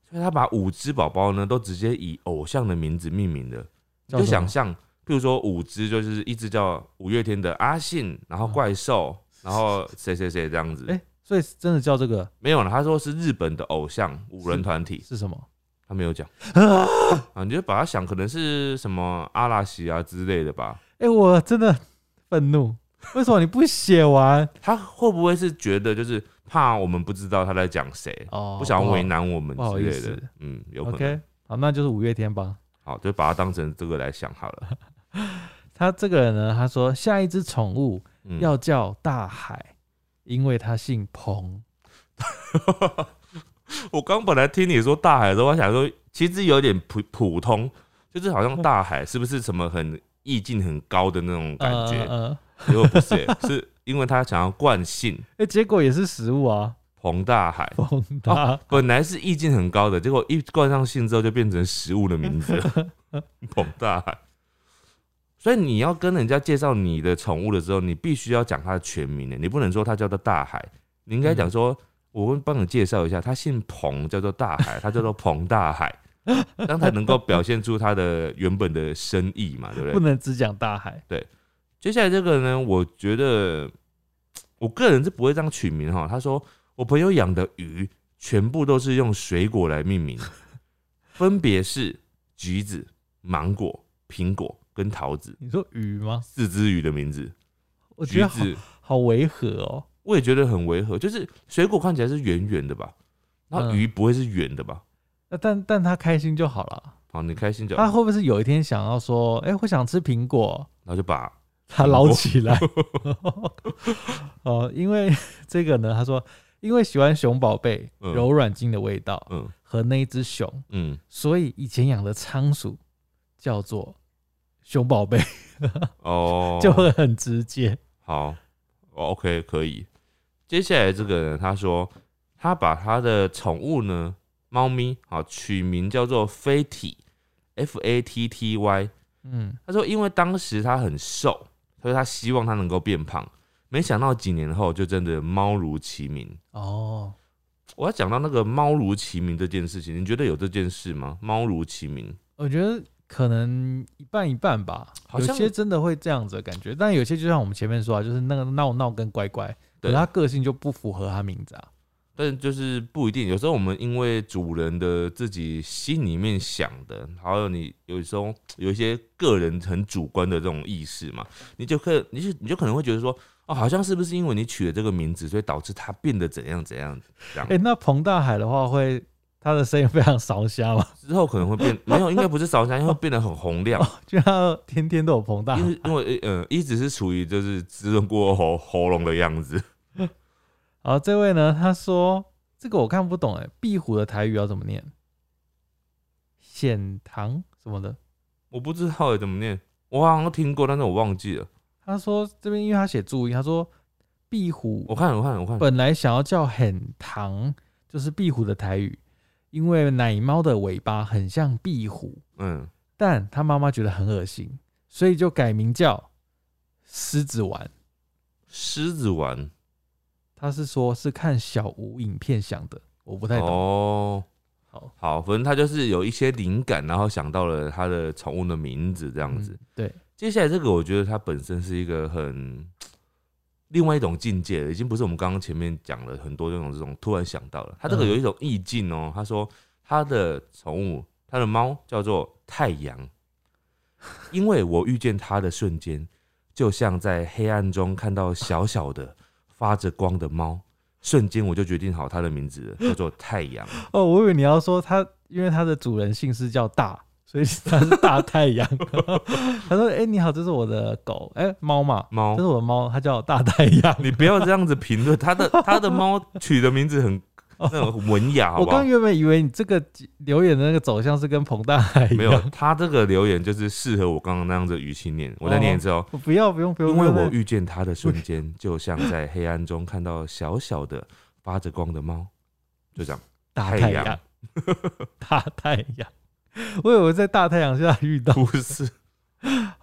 [SPEAKER 2] 所以他把五只宝宝呢都直接以偶像的名字命名的，你
[SPEAKER 1] 叫
[SPEAKER 2] 就
[SPEAKER 1] 什
[SPEAKER 2] 想
[SPEAKER 1] 么
[SPEAKER 2] 象，譬如说五只就是一只叫五月天的阿信，然后怪
[SPEAKER 1] (laughs)
[SPEAKER 2] 兽，然后谁谁谁这样子，
[SPEAKER 1] 哎、所以真的叫这个
[SPEAKER 2] 没有了，他说是日本的偶像五人团体，
[SPEAKER 1] 是什么？
[SPEAKER 2] 他没
[SPEAKER 1] (laughs)
[SPEAKER 2] 有讲啊，你就把它想可能是什么阿拉西啊之类的吧。
[SPEAKER 1] 哎、我真的愤怒，为什么你不写完？
[SPEAKER 2] 他会不会是觉得就是怕我们不知道他在讲谁，
[SPEAKER 1] 哦，
[SPEAKER 2] 不想
[SPEAKER 1] 好
[SPEAKER 2] 为。难我们
[SPEAKER 1] 不好
[SPEAKER 2] 之
[SPEAKER 1] 意
[SPEAKER 2] 类
[SPEAKER 1] 思
[SPEAKER 2] 的？嗯，有可能。
[SPEAKER 1] OK，好，那就是五月天吧。
[SPEAKER 2] 好，就把它当成这个来想好
[SPEAKER 1] (laughs)
[SPEAKER 2] 了。
[SPEAKER 1] 他这个人呢，他说下一只宠物
[SPEAKER 2] 嗯，
[SPEAKER 1] 要叫大海，因为他姓彭。
[SPEAKER 2] 我刚本来听你说大海的时候，我想说其实有点普普通，就是好像大海是不是什么很意境很高的那种感觉？
[SPEAKER 1] (laughs) 呃呃呃
[SPEAKER 2] 结果不是欸、是因为他想要惯性
[SPEAKER 1] 哎、结果也是食物啊。 (laughs)
[SPEAKER 2] 彭大海，
[SPEAKER 1] 风大、
[SPEAKER 2] 本来是意境很高的，结果一冠上姓之后就变成食物的名字 (laughs) 了，彭大海。所以你要跟人家介绍你的宠物的时候，你必须要讲它的全名的，你不能说它叫做大海，你应该讲说，我会帮你介绍一下，它姓彭，叫做大海，它叫做彭大海，这样才能够表现出它的原本的深意嘛，对不对
[SPEAKER 1] 不？能只讲大海。
[SPEAKER 2] 接下来这个呢，我觉得我个人是不会这样取名哈。他说我朋友养的鱼全部都是用水果来
[SPEAKER 1] (laughs)
[SPEAKER 2] 命名，分别是橘子、芒果、苹果跟桃子
[SPEAKER 1] 你说鱼吗？
[SPEAKER 2] 四只鱼的名字。
[SPEAKER 1] 我觉
[SPEAKER 2] 橘
[SPEAKER 1] 得好
[SPEAKER 2] 子
[SPEAKER 1] 好违和哦。
[SPEAKER 2] 我也觉得很违和，就是水果看起来是圆圆的吧，然后
[SPEAKER 1] 嗯
[SPEAKER 2] 鱼不会是圆的吧？
[SPEAKER 1] 那但但他开心就好了。
[SPEAKER 2] 好，你开心就好，
[SPEAKER 1] 他会不会是有一天想要说，哎、我想吃苹果，
[SPEAKER 2] 然后就把
[SPEAKER 1] 他捞起来？ (laughs) 哦，因为这个呢，他说，因为喜欢熊宝贝
[SPEAKER 2] 嗯
[SPEAKER 1] 柔软筋的味道
[SPEAKER 2] 嗯
[SPEAKER 1] 和那一只熊，
[SPEAKER 2] 嗯，
[SPEAKER 1] 所以以前养的仓鼠叫做熊宝贝，
[SPEAKER 2] 哦
[SPEAKER 1] (laughs) ，就会很直接。
[SPEAKER 2] 好、o k 可以。接下来这个人他说，他把他的宠物呢，猫咪啊，取名叫做飞体 （F A T T Y）。
[SPEAKER 1] 嗯，
[SPEAKER 2] 他说，因为当时他很瘦，所以他希望他能够变胖。没想到几年后，就真的猫如其名。
[SPEAKER 1] 哦，
[SPEAKER 2] 我要讲到那个猫如其名这件事情，你觉得有这件事吗？猫如其名，
[SPEAKER 1] 我觉得可能一半一半吧，
[SPEAKER 2] 好
[SPEAKER 1] 有
[SPEAKER 2] 像
[SPEAKER 1] 些真的会这样子的感觉，但有些就像我们前面说啊，就是那个闹闹跟乖乖，可
[SPEAKER 2] 对
[SPEAKER 1] 是他个性就不符合他名字啊。
[SPEAKER 2] 但就是不一定。有时候我们因为主人的自己心里面想的，还有你有时候有一些个人很主观的这种意识嘛，你就可你就你就可能会觉得说，哦，好像是不是因为你取了这个名字，所以导致它变得怎样怎样这样
[SPEAKER 1] 哎、，那彭大海的话会。他的声音非常烧瞎嘛，
[SPEAKER 2] 之后可能会变没有，应该不是烧香，因为变得很洪亮，
[SPEAKER 1] (laughs) 就他天天都有彭大海
[SPEAKER 2] 因为因为呃一直是处于就是滋润过喉喉咙的样子。
[SPEAKER 1] 好，这位呢，他说这个我看不懂哎，壁虎的台语要怎么念？显堂什么的？
[SPEAKER 2] 我不知道欸怎么念，我好像听过，但是我忘记了。
[SPEAKER 1] 他说这边因为他写注音，他说壁
[SPEAKER 2] 我
[SPEAKER 1] 虎
[SPEAKER 2] 看我看我看，
[SPEAKER 1] 本来想要叫很堂，就是壁虎的台语，因为奶猫的尾巴很像壁虎，
[SPEAKER 2] 嗯，
[SPEAKER 1] 但他妈妈觉得很恶心，所以就改名叫狮子丸。
[SPEAKER 2] 狮子丸。
[SPEAKER 1] 他是说是看小吴影片想的，我不太懂。
[SPEAKER 2] 哦，
[SPEAKER 1] 好，
[SPEAKER 2] 好，反正他就是有一些灵感，然后想到了他的宠物的名字这样子。
[SPEAKER 1] 嗯对，
[SPEAKER 2] 接下来这个，我觉得它本身是一个很另外一种境界了，已经不是我们刚刚前面讲了很多这种这种突然想到了。它这个
[SPEAKER 1] 嗯
[SPEAKER 2] 有一种意境哦、他说他的宠物，他的猫叫做太阳，因为我遇见它的瞬间，就像在黑暗中看到小小的发着光的猫。瞬间我就决定好它的名字了，叫做太阳。
[SPEAKER 1] 哦，我以为你要说它，因为它的主人姓氏叫大，所以它是大太
[SPEAKER 2] (laughs)
[SPEAKER 1] 阳。他说：“哎、你好，这是我的狗，哎、猫嘛，
[SPEAKER 2] 猫
[SPEAKER 1] 这是我的猫，它叫大太阳。
[SPEAKER 2] (laughs) 你不要这样子评
[SPEAKER 1] (laughs)
[SPEAKER 2] 论它的它的猫取的名字很
[SPEAKER 1] 哦
[SPEAKER 2] 那种文雅，
[SPEAKER 1] (laughs)
[SPEAKER 2] 好啊
[SPEAKER 1] 我
[SPEAKER 2] 不好
[SPEAKER 1] 刚？原本以为你这个留言的那个走向是跟彭大海一样，
[SPEAKER 2] 没有，他这个留言就是适合我刚刚那样子的语气念。我再念一次哦，
[SPEAKER 1] 我不要，不用，不用，
[SPEAKER 2] 因为
[SPEAKER 1] 不
[SPEAKER 2] 我
[SPEAKER 1] 用
[SPEAKER 2] 遇见他的瞬间，就像在黑暗中看到小小的发着光的猫，
[SPEAKER 1] (laughs)
[SPEAKER 2] 就这样。
[SPEAKER 1] 大
[SPEAKER 2] 太
[SPEAKER 1] 太
[SPEAKER 2] 阳
[SPEAKER 1] 阳，大太阳。我以为在大太阳下遇到
[SPEAKER 2] 不是，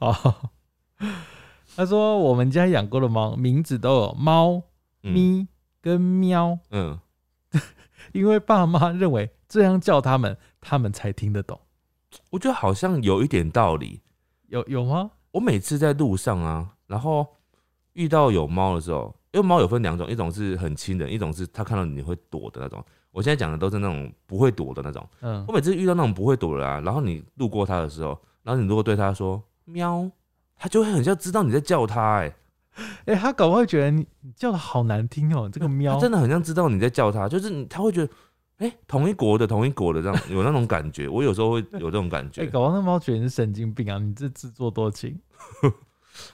[SPEAKER 1] 哦。他说我们家养过的猫名字都有猫、
[SPEAKER 2] 嗯
[SPEAKER 1] 咪跟喵。
[SPEAKER 2] 嗯，
[SPEAKER 1] 因为爸妈认为这样叫他们，他们才听得懂。
[SPEAKER 2] 我觉得好像有一点道理。
[SPEAKER 1] 有有吗？
[SPEAKER 2] 我每次在路上啊，然后遇到有猫的时候，因为猫有分两种，一种是很亲人，一种是它看到你会躲的那种。我现在讲的都是那种不会躲的那种。
[SPEAKER 1] 嗯
[SPEAKER 2] 我，每次遇到那种不会躲的啊，然后你路过它的时候，然后你如果对它说喵，它就会很像知道你在叫它、欸，哎，
[SPEAKER 1] 哎、他搞不好会觉得你你叫的好难听哦、这个喵
[SPEAKER 2] 它真的很像知道你在叫它，就是你它会觉得，哎、同一国的，同一国的，这样有那种感觉。 (laughs) 我有时候
[SPEAKER 1] (laughs)
[SPEAKER 2] 会有这种感
[SPEAKER 1] 哎、
[SPEAKER 2] 觉。
[SPEAKER 1] 搞不好那猫觉得你是神经病啊！你这自作多情。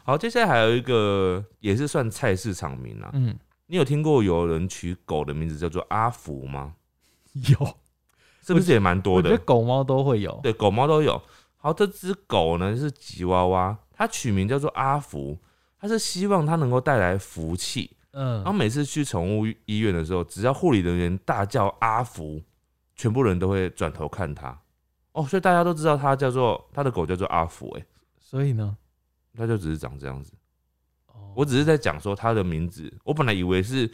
[SPEAKER 2] 好，接下来还有一个也是算菜市场名啊，
[SPEAKER 1] 嗯，
[SPEAKER 2] 你有听过有人取狗的名字叫做阿福吗？
[SPEAKER 1] (laughs) 有，
[SPEAKER 2] 是不是也蛮多
[SPEAKER 1] 我觉得
[SPEAKER 2] 的？
[SPEAKER 1] 狗猫都会有。
[SPEAKER 2] 对，狗猫都有。好，这只狗呢是吉娃娃，它取名叫做阿福，它是希望它能够带来福气，
[SPEAKER 1] 嗯
[SPEAKER 2] 然后每次去宠物医院的时候，只要护理人员大叫阿福，全部人都会转头看他。哦，所以大家都知道他叫做他的狗叫做阿福、欸，哎，
[SPEAKER 1] 所以呢，
[SPEAKER 2] 他就只是长这样子。
[SPEAKER 1] 哦
[SPEAKER 2] 我只是在讲说他的名字，我本来以为是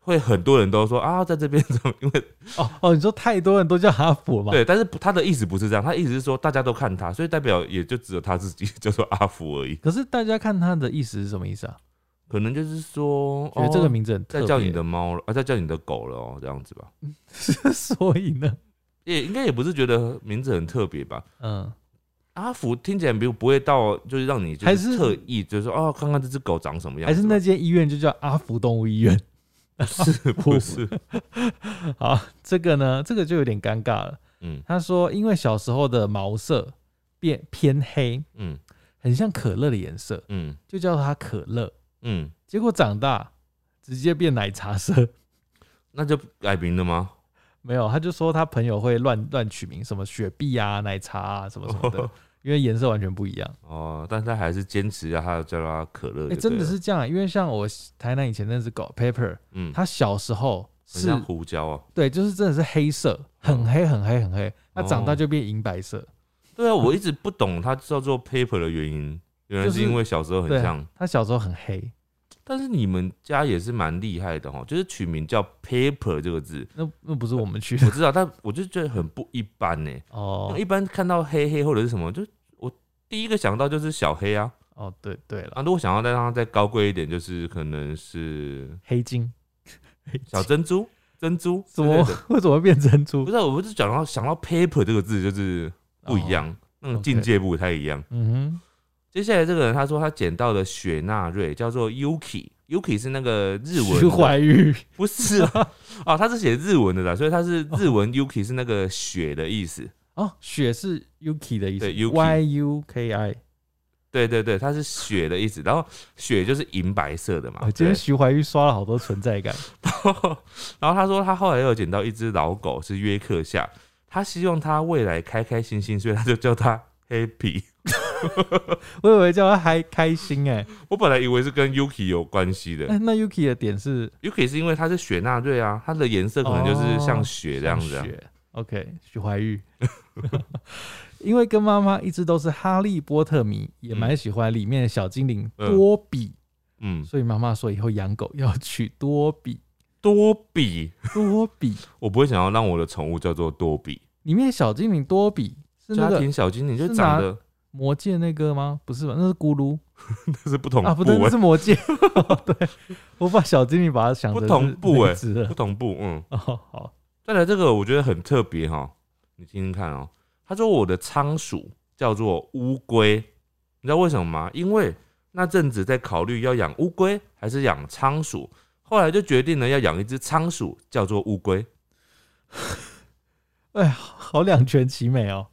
[SPEAKER 2] 会很多人都说啊，在这边怎么？因为
[SPEAKER 1] 哦哦，你说太多人都叫哈佛嘛？，
[SPEAKER 2] 对，但是不他的意思不是这样，他意思是说大家都看他，所以代表也就只有他自己 (laughs) 叫做阿福而已。
[SPEAKER 1] 可是大家看他的意思是什么意思啊？
[SPEAKER 2] 可能就是说，
[SPEAKER 1] 觉得这个
[SPEAKER 2] 哦
[SPEAKER 1] 名字很特
[SPEAKER 2] 在
[SPEAKER 1] 别。
[SPEAKER 2] 叫你的猫了，啊，在叫你的狗了哦，这样子吧，
[SPEAKER 1] (laughs) 所以呢，
[SPEAKER 2] 也应该也不是觉得名字很特别吧。
[SPEAKER 1] 嗯，
[SPEAKER 2] 阿福听起来不不会到，就是让你就
[SPEAKER 1] 还是
[SPEAKER 2] 是特意就是说哦，看看这只狗长什么样
[SPEAKER 1] 还
[SPEAKER 2] 子吧，
[SPEAKER 1] 是那间医院就叫阿福动物医院。 (laughs)
[SPEAKER 2] 是不是？
[SPEAKER 1] 好，这个呢，这个就有点尴尬了。
[SPEAKER 2] 嗯
[SPEAKER 1] 他说，因为小时候的毛色变偏黑，
[SPEAKER 2] 嗯
[SPEAKER 1] 很像可乐的颜色，
[SPEAKER 2] 嗯
[SPEAKER 1] 就叫它可乐。
[SPEAKER 2] 嗯，
[SPEAKER 1] 结果长大直接变奶茶色， (laughs)
[SPEAKER 2] 那就改名了吗？
[SPEAKER 1] 没有，他就说他朋友会乱乱取名，什么雪碧啊、奶茶啊什么什么的，
[SPEAKER 2] (laughs)
[SPEAKER 1] 因为颜色完全不一样。
[SPEAKER 2] 哦，但他还是坚持要他叫他可乐、
[SPEAKER 1] 哎、真的，是这样，因为像我台南以前那只狗 Pepper，
[SPEAKER 2] 啊嗯，
[SPEAKER 1] 它小时候
[SPEAKER 2] 很
[SPEAKER 1] 是
[SPEAKER 2] 像胡椒啊。
[SPEAKER 1] 对，就是真的是黑色，很黑很黑很黑，它长大
[SPEAKER 2] 哦
[SPEAKER 1] 就变银白色。
[SPEAKER 2] 对啊，我一直不懂他叫做 paper 的原因，原
[SPEAKER 1] 嗯
[SPEAKER 2] 来
[SPEAKER 1] 就是
[SPEAKER 2] 是因为小时候很
[SPEAKER 1] 对啊
[SPEAKER 2] 像。
[SPEAKER 1] 它小时候很黑，
[SPEAKER 2] 但是你们家也是蛮厉害的哈，哦就是取名叫 paper 这个字，
[SPEAKER 1] 那那不是我们去
[SPEAKER 2] (laughs)
[SPEAKER 1] 的
[SPEAKER 2] 我知道，但我就觉得很不一般欸呢、
[SPEAKER 1] 哦
[SPEAKER 2] 一般看到黑黑或者是什么，就我第一个想到就是小黑啊。
[SPEAKER 1] 哦，对对了，
[SPEAKER 2] 啊，如果想要再让它再高贵一点，就是可能是
[SPEAKER 1] 黑金
[SPEAKER 2] (laughs) 小珍珠、珍珠之
[SPEAKER 1] 怎
[SPEAKER 2] 类
[SPEAKER 1] 么
[SPEAKER 2] 的。
[SPEAKER 1] (laughs) 为什么会变珍
[SPEAKER 2] 不
[SPEAKER 1] 珠
[SPEAKER 2] 知？道，我不是讲到想到 paper 这个字就是不一样，那种
[SPEAKER 1] OK
[SPEAKER 2] 境界不太一样。
[SPEAKER 1] 哦嗯哼，
[SPEAKER 2] 接下来这个人他说他捡到了雪纳瑞，叫做 Yuki。Yuki 是那个日文
[SPEAKER 1] 徐
[SPEAKER 2] 的，
[SPEAKER 1] 怀钰
[SPEAKER 2] 不是
[SPEAKER 1] (laughs)
[SPEAKER 2] 啊，哦，他是写日文的啦，所以他是日文 Yuki 是那个雪的意思。
[SPEAKER 1] 哦，雪是 Yuki 的意思
[SPEAKER 2] 对，Yuki
[SPEAKER 1] ，Y U K I。
[SPEAKER 2] 对对对，它是雪的意思，然后雪就是银白色的嘛。
[SPEAKER 1] 哦我今天
[SPEAKER 2] 对
[SPEAKER 1] 徐怀钰刷了好多存在感，
[SPEAKER 2] (laughs) 然后他说他后来又捡到一只老狗是约克夏，他希望它未来开开心心，所以他就叫它 Happy。
[SPEAKER 1] 我以为叫他还开心哎、
[SPEAKER 2] 我本来以为是跟 Yuki 有关系的
[SPEAKER 1] 哎那 Yuki 的点是
[SPEAKER 2] ，Yuki 是因为它是雪纳瑞啊，它的颜色可能就是像雪这样子、
[SPEAKER 1] 哦
[SPEAKER 2] 啊
[SPEAKER 1] 像。雪 OK，许怀玉， (laughs) 因为跟妈妈一直都是哈利波特迷，也蛮喜欢里面的小精灵
[SPEAKER 2] 嗯
[SPEAKER 1] 多比，
[SPEAKER 2] 嗯，
[SPEAKER 1] 所以妈妈说以后养狗要取多
[SPEAKER 2] (laughs)
[SPEAKER 1] 比。
[SPEAKER 2] 多比，
[SPEAKER 1] 多比
[SPEAKER 2] 我不会想要让我的宠物叫做多比。
[SPEAKER 1] 里面的小精灵多比是那
[SPEAKER 2] 家
[SPEAKER 1] 个
[SPEAKER 2] 庭小精灵就是长
[SPEAKER 1] 拿
[SPEAKER 2] 得
[SPEAKER 1] 魔界那个吗？不是吧？那是咕噜
[SPEAKER 2] 这 (laughs) 是不同
[SPEAKER 1] 啊，
[SPEAKER 2] 部
[SPEAKER 1] 不
[SPEAKER 2] 位
[SPEAKER 1] 对，、那是魔界。 (laughs) 对，我把小精灵把它想成
[SPEAKER 2] 不同部
[SPEAKER 1] 哎
[SPEAKER 2] 欸，
[SPEAKER 1] 了
[SPEAKER 2] 不。同步，嗯。
[SPEAKER 1] 哦，好，
[SPEAKER 2] 再来这个，我觉得很特别哈，你听听看哦。他说我的仓鼠叫做乌龟，你知道为什么吗？因为那阵子在考虑要养乌龟还是养仓鼠，后来就决定了要养一只仓鼠，叫做乌龟。
[SPEAKER 1] 哎，好两全其美哦。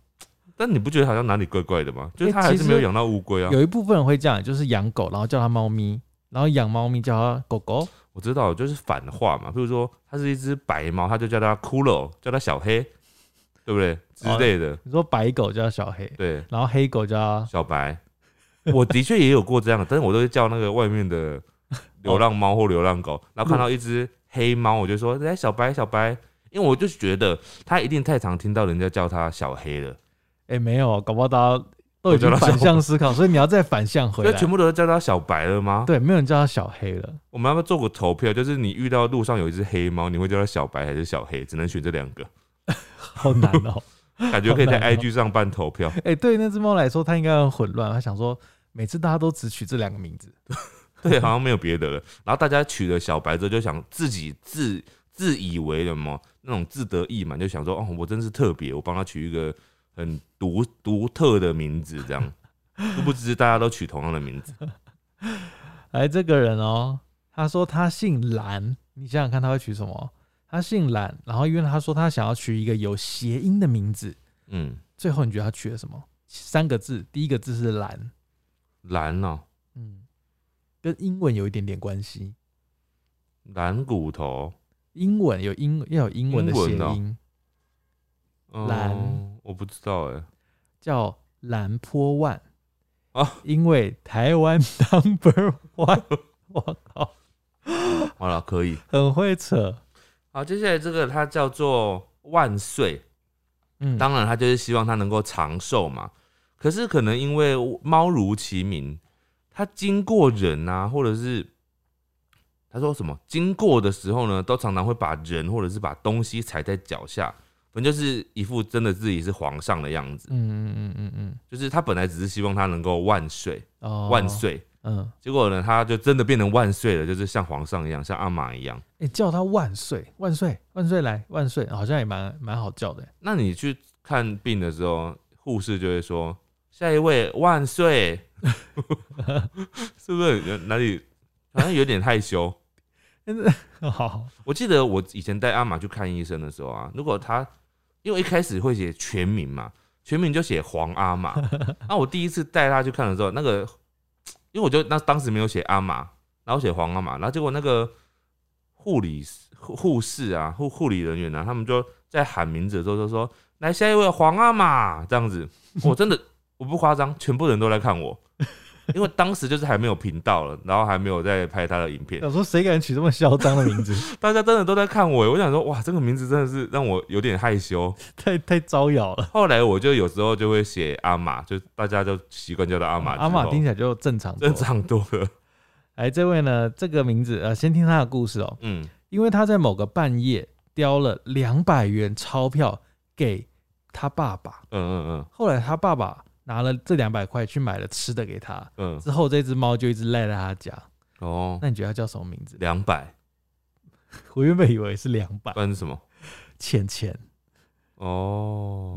[SPEAKER 2] 但你不觉得好像哪里怪怪的吗？就是他
[SPEAKER 1] 欸
[SPEAKER 2] 还
[SPEAKER 1] 其
[SPEAKER 2] 是没有
[SPEAKER 1] 实
[SPEAKER 2] 养到乌龟啊。
[SPEAKER 1] 有一部分人会这样，就是养狗，然后叫它猫咪，然后养猫咪叫它狗狗。
[SPEAKER 2] 我知道，就是反话嘛。比如说，它是一只白猫，他就叫它骷髅，叫它小黑，对不对之类的？
[SPEAKER 1] 你说白狗叫小黑，
[SPEAKER 2] 对，
[SPEAKER 1] 然后黑狗叫它
[SPEAKER 2] 小白，我的确也有过这样的，但是我都会叫那个外面的流浪猫或流浪狗，然后看到一只黑猫，我就说：“来，哎小白，小白。”因为我就觉得它一定太常听到人家叫它小黑了，
[SPEAKER 1] 哎、没有，搞不好大家都已经反向思考，所以你要再反向回
[SPEAKER 2] 所以
[SPEAKER 1] 来
[SPEAKER 2] 全。部都叫它小白了吗？
[SPEAKER 1] 对，没有人叫它小黑了。
[SPEAKER 2] 我们要不要做个投票？就是你遇到路上有一只黑猫，你会叫它小白还是小黑？只能选这两个，
[SPEAKER 1] 好难哦、
[SPEAKER 2] 感觉可以在
[SPEAKER 1] 好难哦
[SPEAKER 2] IG 上办投票。
[SPEAKER 1] (laughs) 哎、对于那只猫来说，它应该很混乱。它想说，每次大家都只取这两个名字，
[SPEAKER 2] (laughs) 对，好像没有别的了。然后大家取了小白之后，就想自己自自以为什么那种自得意满，就想说哦，我真是特别，我帮他取一个很独独特的名字，这样。殊不知大家都取同样的名字，
[SPEAKER 1] 哎，这个人哦，他说他姓蓝，你想想看他会取什么？他姓蓝，然后因为他说他想要取一个有谐音的名字，
[SPEAKER 2] 嗯，
[SPEAKER 1] 最后你觉得他取了什么？三个字，第一个字是蓝，
[SPEAKER 2] 蓝哦，
[SPEAKER 1] 嗯，跟英文有一点点关系。
[SPEAKER 2] 蓝骨头，
[SPEAKER 1] 英文有英要有英文的谐
[SPEAKER 2] 英文哦
[SPEAKER 1] 音，
[SPEAKER 2] 嗯
[SPEAKER 1] 蓝，
[SPEAKER 2] 我不知道哎、
[SPEAKER 1] 叫蓝坡万
[SPEAKER 2] 啊
[SPEAKER 1] (laughs) 因为台湾 number one，我靠，
[SPEAKER 2] 好了，可以。
[SPEAKER 1] 很会扯。
[SPEAKER 2] 好，接下来这个它叫做万岁，
[SPEAKER 1] 嗯，
[SPEAKER 2] 当然它就是希望它能够长寿嘛。可是可能因为猫如其名，它经过人啊，或者是他说什么经过的时候呢，都常常会把人或者是把东西踩在脚下，反正就是一副真的自己是皇上的样子。
[SPEAKER 1] 嗯嗯嗯嗯
[SPEAKER 2] 就是他本来只是希望他能够万岁
[SPEAKER 1] 嗯，哦，
[SPEAKER 2] 万，岁，
[SPEAKER 1] 嗯，
[SPEAKER 2] 结果呢，他就真的变成万岁了，就是像皇上一样，像阿玛一样。
[SPEAKER 1] 你叫他万岁，万岁，万岁来，万岁，好像也蛮蛮好叫的。
[SPEAKER 2] 那你去看病的时候，护士就会说：“下一位万岁。” (laughs) 是不是有哪里好像有点害羞？
[SPEAKER 1] (laughs) 好，
[SPEAKER 2] 我记得我以前带阿玛去看医生的时候啊，如果他因为一开始会写全名嘛，全名就写黄阿玛。那、我第一次带他去看的时候，那个因为我就那当时没有写阿玛，然后写黄阿玛，然后结果那个护理护护士啊护护理人员啊，他们就在喊名字的时候就说：“来下一位黄阿玛。”这样子，我真的我不夸张，全部人都来看我。因为当时就是还没有频道了，然后还没有在拍他的影片，
[SPEAKER 1] (laughs) 想说谁敢取这么嚣张的名字，
[SPEAKER 2] 大家真的都在看我耶，我想说，哇，这个名字真的是让我有点害羞。
[SPEAKER 1] (laughs) 太太招摇了。
[SPEAKER 2] 后来我就有时候就会写阿玛，就大家就习惯叫他阿玛之后。
[SPEAKER 1] 阿玛听起来就正常多
[SPEAKER 2] 正
[SPEAKER 1] 了。
[SPEAKER 2] 常多了。
[SPEAKER 1] 哎，这位呢，这个名字呃，先听他的故事哦，
[SPEAKER 2] 嗯，
[SPEAKER 1] 因为他在某个半夜叼了两百元钞票给他爸爸，
[SPEAKER 2] 嗯嗯
[SPEAKER 1] 后来他爸爸拿了这两百块去买了吃的给他，
[SPEAKER 2] 嗯嗯，
[SPEAKER 1] 之后这只猫就一直赖在他家。
[SPEAKER 2] 哦，
[SPEAKER 1] 那你觉得它叫什么名字？
[SPEAKER 2] 两百，
[SPEAKER 1] 我原本以为是两百
[SPEAKER 2] 不然是什么？
[SPEAKER 1] 钱钱， (laughs)
[SPEAKER 2] 哦，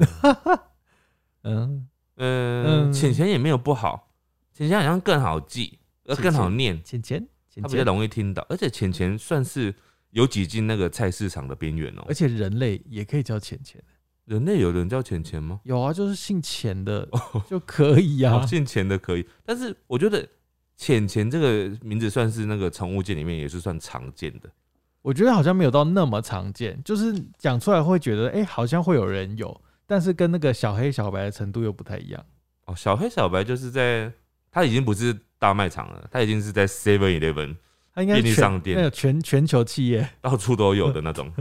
[SPEAKER 1] 嗯，嗯
[SPEAKER 2] 嗯，浅浅也没有不好，浅浅好像更好记，呃，
[SPEAKER 1] 浅
[SPEAKER 2] 更好
[SPEAKER 1] 浅
[SPEAKER 2] 念，
[SPEAKER 1] 钱钱钱
[SPEAKER 2] 它比较
[SPEAKER 1] 钱，
[SPEAKER 2] 容易听到，而且浅浅算是有挤进那个菜市场的边缘哦
[SPEAKER 1] 而。且人类也可以叫钱钱，
[SPEAKER 2] 人类有人叫浅浅吗？
[SPEAKER 1] 有啊，就是姓钱的
[SPEAKER 2] 哦
[SPEAKER 1] 就可以啊呀、
[SPEAKER 2] 哦，姓钱的可以，但是我觉得浅浅这个名字算是那个宠物界里面也是算常见的。
[SPEAKER 1] 我觉得好像没有到那么常见，就是讲出来会觉得，哎、好像会有人有，但是跟那个小黑小白的程度又不太一样。
[SPEAKER 2] 哦，小黑小白就是在它已经不是大卖场了，它已经是在 Seven Eleven
[SPEAKER 1] 它应该是
[SPEAKER 2] 便利
[SPEAKER 1] 全
[SPEAKER 2] 商店
[SPEAKER 1] 那个全全球企业，
[SPEAKER 2] 到处都有的那种。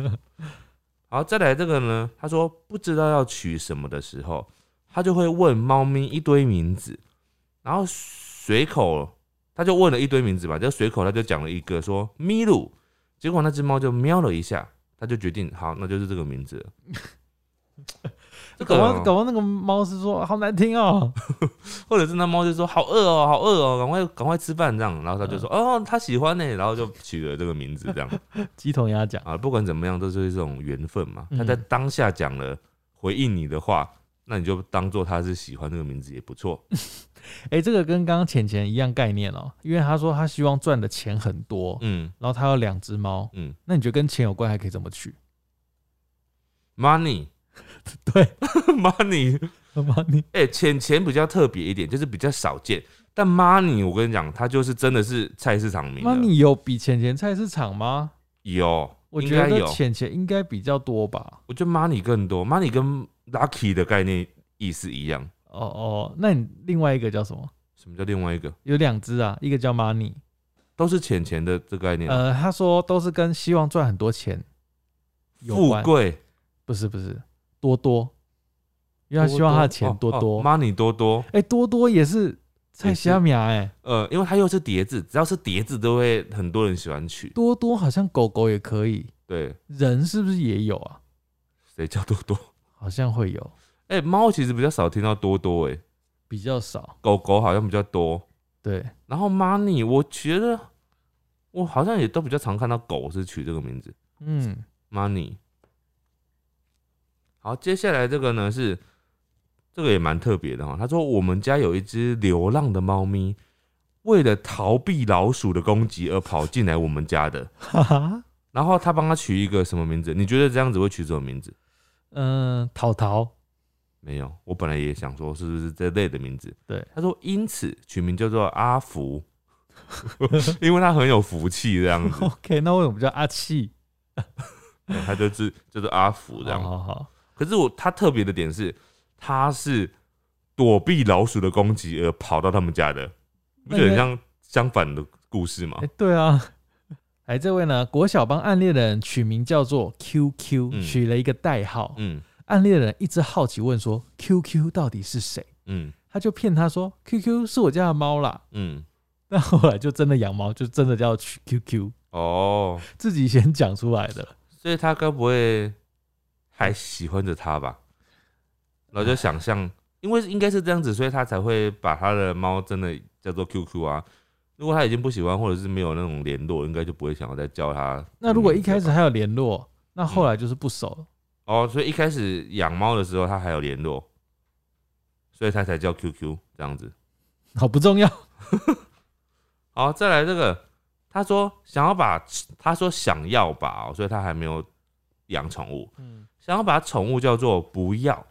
[SPEAKER 2] (laughs) 好，再来这个呢，他说不知道要取什么的时候，他就会问猫咪一堆名字，然后随口他就问了一堆名字吧，就随口他就讲了一个说咪鲁，结果那只猫就喵了一下，他就决定好，那就是这个名字了。
[SPEAKER 1] (laughs)
[SPEAKER 2] 这个
[SPEAKER 1] 搞
[SPEAKER 2] 哦、
[SPEAKER 1] 到搞到那个猫是说好难听哦、
[SPEAKER 2] 或者是那猫就说好饿哦，好饿哦，赶快赶快吃饭这样，然后他就
[SPEAKER 1] 嗯
[SPEAKER 2] 说、哦，他喜欢呢，然后就取了这个名字这样
[SPEAKER 1] 鸡同鸭讲。
[SPEAKER 2] 啊。不管怎么样，都是一种缘分嘛。
[SPEAKER 1] 嗯
[SPEAKER 2] 他在当下讲了回应你的话，那你就当做他是喜欢这个名字也不错。
[SPEAKER 1] 哎、这个跟刚刚浅浅一样概念哦、因为他说他希望赚的钱很多，
[SPEAKER 2] 嗯
[SPEAKER 1] 然后他有两只猫，
[SPEAKER 2] 嗯
[SPEAKER 1] 那你觉得跟钱有关还可以怎么
[SPEAKER 2] (laughs)
[SPEAKER 1] 取？
[SPEAKER 2] ，money
[SPEAKER 1] (laughs) 对，
[SPEAKER 2] (laughs) money，
[SPEAKER 1] 很猫你
[SPEAKER 2] 哎、钱钱比较特别一点，就是比较少见。但 money 我跟你讲，它就是真的是菜市场名
[SPEAKER 1] 猫
[SPEAKER 2] 了
[SPEAKER 1] 你有比浅浅菜市场吗？
[SPEAKER 2] 有，
[SPEAKER 1] 我
[SPEAKER 2] 应
[SPEAKER 1] 觉
[SPEAKER 2] 该
[SPEAKER 1] 得
[SPEAKER 2] 有。
[SPEAKER 1] 浅浅应该比较多吧。
[SPEAKER 2] 我觉得 money 更多，money 跟 lucky 的概念意思一样。
[SPEAKER 1] 哦哦，那你另外一个叫什么？
[SPEAKER 2] 什么叫另外一个？
[SPEAKER 1] 有两只啊，一个叫 Money，
[SPEAKER 2] 都是钱钱的这个概念，
[SPEAKER 1] 呃，他说都是跟希望赚很多钱有
[SPEAKER 2] 富
[SPEAKER 1] 关，
[SPEAKER 2] 贵，
[SPEAKER 1] 不是不是多多，因为他希望他的钱多
[SPEAKER 2] 哦
[SPEAKER 1] 多，
[SPEAKER 2] 哦
[SPEAKER 1] 哎、
[SPEAKER 2] ，money 多多，
[SPEAKER 1] 多多也是菜虾米哎，
[SPEAKER 2] 呃，因为它又是叠字，只要是叠字都会很多人喜欢取。
[SPEAKER 1] 多多好像狗狗也可以，
[SPEAKER 2] 对，
[SPEAKER 1] 人是不是也有啊？
[SPEAKER 2] 谁叫多多？ (laughs)
[SPEAKER 1] 好像会有，
[SPEAKER 2] 哎、猫其实比较少听到多多、哎，
[SPEAKER 1] 比较少，
[SPEAKER 2] 狗狗好像比较多，
[SPEAKER 1] 对，
[SPEAKER 2] 然后 money 我觉得我好像也都比较常看到狗是取这个名字 (laughs)
[SPEAKER 1] 嗯，
[SPEAKER 2] money。好，接下来这个呢是这个也蛮特别的哈、他说我们家有一只流浪的猫咪，为了逃避老鼠的攻击而跑进来我们家的。
[SPEAKER 1] 哈哈，
[SPEAKER 2] 然后他帮他取一个什么名字？你觉得这样子会取什么名字？
[SPEAKER 1] 嗯、淘淘，
[SPEAKER 2] 没有，我本来也想说是不是这类的名字。
[SPEAKER 1] 对，
[SPEAKER 2] 他说因此取名叫做阿福， (laughs) 因为他很有福气这样子，
[SPEAKER 1] ，OK，那为什么叫阿气？
[SPEAKER 2] 对他就是就是阿福这
[SPEAKER 1] 好
[SPEAKER 2] 样。
[SPEAKER 1] 好好，
[SPEAKER 2] 可是我他特别的点是，他是躲避老鼠的攻击而跑到他们家的，你不觉得很像相反的故事吗
[SPEAKER 1] 哎哎、？对啊， (laughs) 来，这位呢，国小帮暗恋的人取名叫做 QQ，、
[SPEAKER 2] 嗯
[SPEAKER 1] 取了一个代号。
[SPEAKER 2] 嗯
[SPEAKER 1] 暗恋的人一直好奇问说：“QQ 到底是谁
[SPEAKER 2] 嗯？”
[SPEAKER 1] 他就骗他说：“QQ 是我家的猫啦。 (laughs)
[SPEAKER 2] 嗯，”
[SPEAKER 1] 但后来就真的养猫，就真的叫 QQ，
[SPEAKER 2] 哦，
[SPEAKER 1] 自己先讲出来的。
[SPEAKER 2] 所以他该不会还喜欢着他吧？然后就想象，因为应该是这样子，所以他才会把他的猫真的叫做 QQ 啊。如果他已经不喜欢，或者是没有那种联络，应该就不会想要再叫他。
[SPEAKER 1] 那如果一开始还有联络，那后来就是不熟了。
[SPEAKER 2] 哦，所以一开始养猫的时候，他还有联络，所以他才叫 QQ 这样子。嗯
[SPEAKER 1] 好不重要。
[SPEAKER 2] 好，再来这个，他说想要把，他说想要把、哦，所以他还没有养宠物，
[SPEAKER 1] 嗯，
[SPEAKER 2] 想要把宠物叫做不要，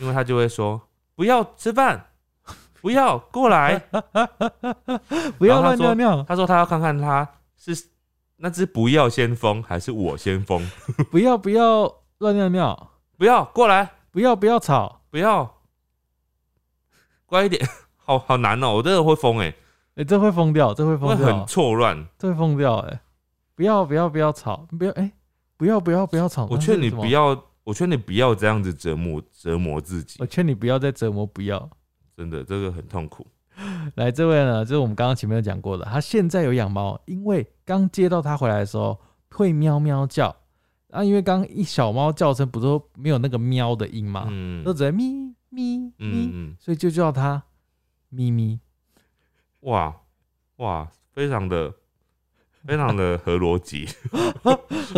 [SPEAKER 2] 因为他就会说不要吃饭， (laughs) 不要过来。
[SPEAKER 1] (laughs) 不要乱
[SPEAKER 2] 然后他
[SPEAKER 1] 尿
[SPEAKER 2] 说
[SPEAKER 1] 尿，
[SPEAKER 2] 他说他要看看他是那只不要先疯还是我先疯，
[SPEAKER 1] 不要不要乱尿尿，
[SPEAKER 2] 不要过来，
[SPEAKER 1] 不要不要吵。
[SPEAKER 2] 不要乖一点， (laughs) 好好难哦、我真的会疯哎、
[SPEAKER 1] 哎、这会疯掉，这会
[SPEAKER 2] 会
[SPEAKER 1] 疯掉哦
[SPEAKER 2] 很，错乱。
[SPEAKER 1] 这会疯掉、哎，不要不要不要吵，不要哎、不要不要不要吵。
[SPEAKER 2] 我
[SPEAKER 1] 那
[SPEAKER 2] 劝
[SPEAKER 1] 是
[SPEAKER 2] 你
[SPEAKER 1] 什
[SPEAKER 2] 不
[SPEAKER 1] 么，
[SPEAKER 2] 要，我劝你不要这样子折磨折磨自己
[SPEAKER 1] 我，劝你不要再折磨，不要。
[SPEAKER 2] 真的这个很痛苦。
[SPEAKER 1] 来，这位呢，就是我们刚刚前面有讲过的，他现在有养猫，因为刚接到他回来的时候会喵喵叫，啊，因为刚一小猫叫声不是都没有那个喵的音嘛，
[SPEAKER 2] 嗯
[SPEAKER 1] 都只在咪咪咪，
[SPEAKER 2] 嗯嗯，
[SPEAKER 1] 所以就叫它咪咪。
[SPEAKER 2] 哇哇，非常的非常的合逻辑，
[SPEAKER 1] 合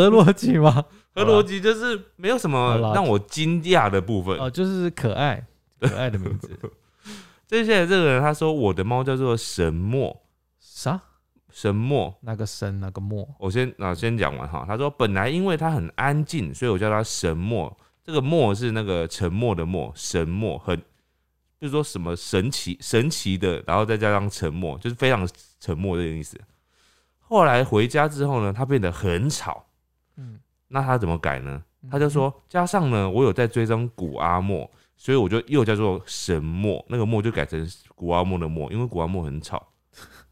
[SPEAKER 1] 逻辑吗？
[SPEAKER 2] 合逻辑就是没有什么
[SPEAKER 1] 好啦
[SPEAKER 2] 让我惊讶的部分
[SPEAKER 1] (laughs) 哦，。就是可爱可爱的名字。
[SPEAKER 2] 接下来这个人他说我的猫叫做神墨，
[SPEAKER 1] 啥？
[SPEAKER 2] 神墨。
[SPEAKER 1] 那个神，那个墨，
[SPEAKER 2] 我先啊，先讲完哈。他说，本来因为他很安静，所以我叫他神墨。这个墨是那个沉默的墨，神墨很，就是说什么神奇神奇的，然后再加上沉默，就是非常沉默这个意思。后来回家之后呢，他变得很吵，
[SPEAKER 1] 嗯，
[SPEAKER 2] 那他怎么改呢？他就说，加上呢，我有在追踪古阿莫，所以我就又叫做神墨，那个墨就改成古阿莫的墨，因为古阿莫很吵，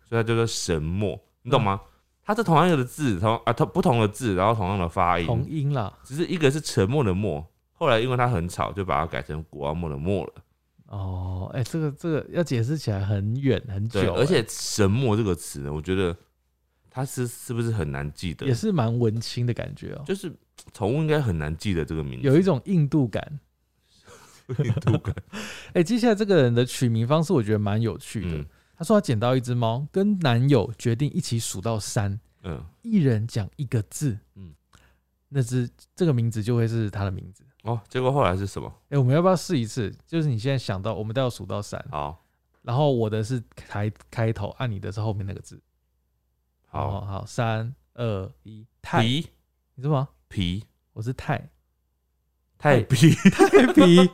[SPEAKER 2] 所以他叫做神墨，你
[SPEAKER 1] 嗯
[SPEAKER 2] 懂吗？它是同样的字，同啊，它不同的字，然后同样的发音，
[SPEAKER 1] 同音啦。
[SPEAKER 2] 只是一个是沉默的默，后来因为它很吵，就把它改成古阿莫的默了。
[SPEAKER 1] 哦，哎、这个这个要解释起来很远很久
[SPEAKER 2] 对，
[SPEAKER 1] 欸，
[SPEAKER 2] 而且神墨这个词呢，我觉得它是是不是很难记得
[SPEAKER 1] 也？是蛮文青的感觉哦、
[SPEAKER 2] 就是宠物应该很难记得这个名字，
[SPEAKER 1] 有一种印度感。
[SPEAKER 2] 印度感。
[SPEAKER 1] 哎、接下来这个人的取名方式我觉得蛮有趣的。
[SPEAKER 2] (laughs) 嗯
[SPEAKER 1] 他说他捡到一只猫，跟男友决定一起数到三，
[SPEAKER 2] 嗯，
[SPEAKER 1] 一人讲一个字，嗯
[SPEAKER 2] 嗯，
[SPEAKER 1] 那只这个名字就会是他的名字。
[SPEAKER 2] 哦，结果后来是什么？
[SPEAKER 1] 哎、我们要不要试一次？就是你现在想到，我们都要数到三，
[SPEAKER 2] 好，
[SPEAKER 1] 然后我的是开开头，按、你的是后面那个字。哦
[SPEAKER 2] 好，
[SPEAKER 1] 好，三二一，泰，你
[SPEAKER 2] 皮
[SPEAKER 1] 是吗？
[SPEAKER 2] 皮
[SPEAKER 1] 我是泰 (laughs)
[SPEAKER 2] 太皮，
[SPEAKER 1] 泰皮，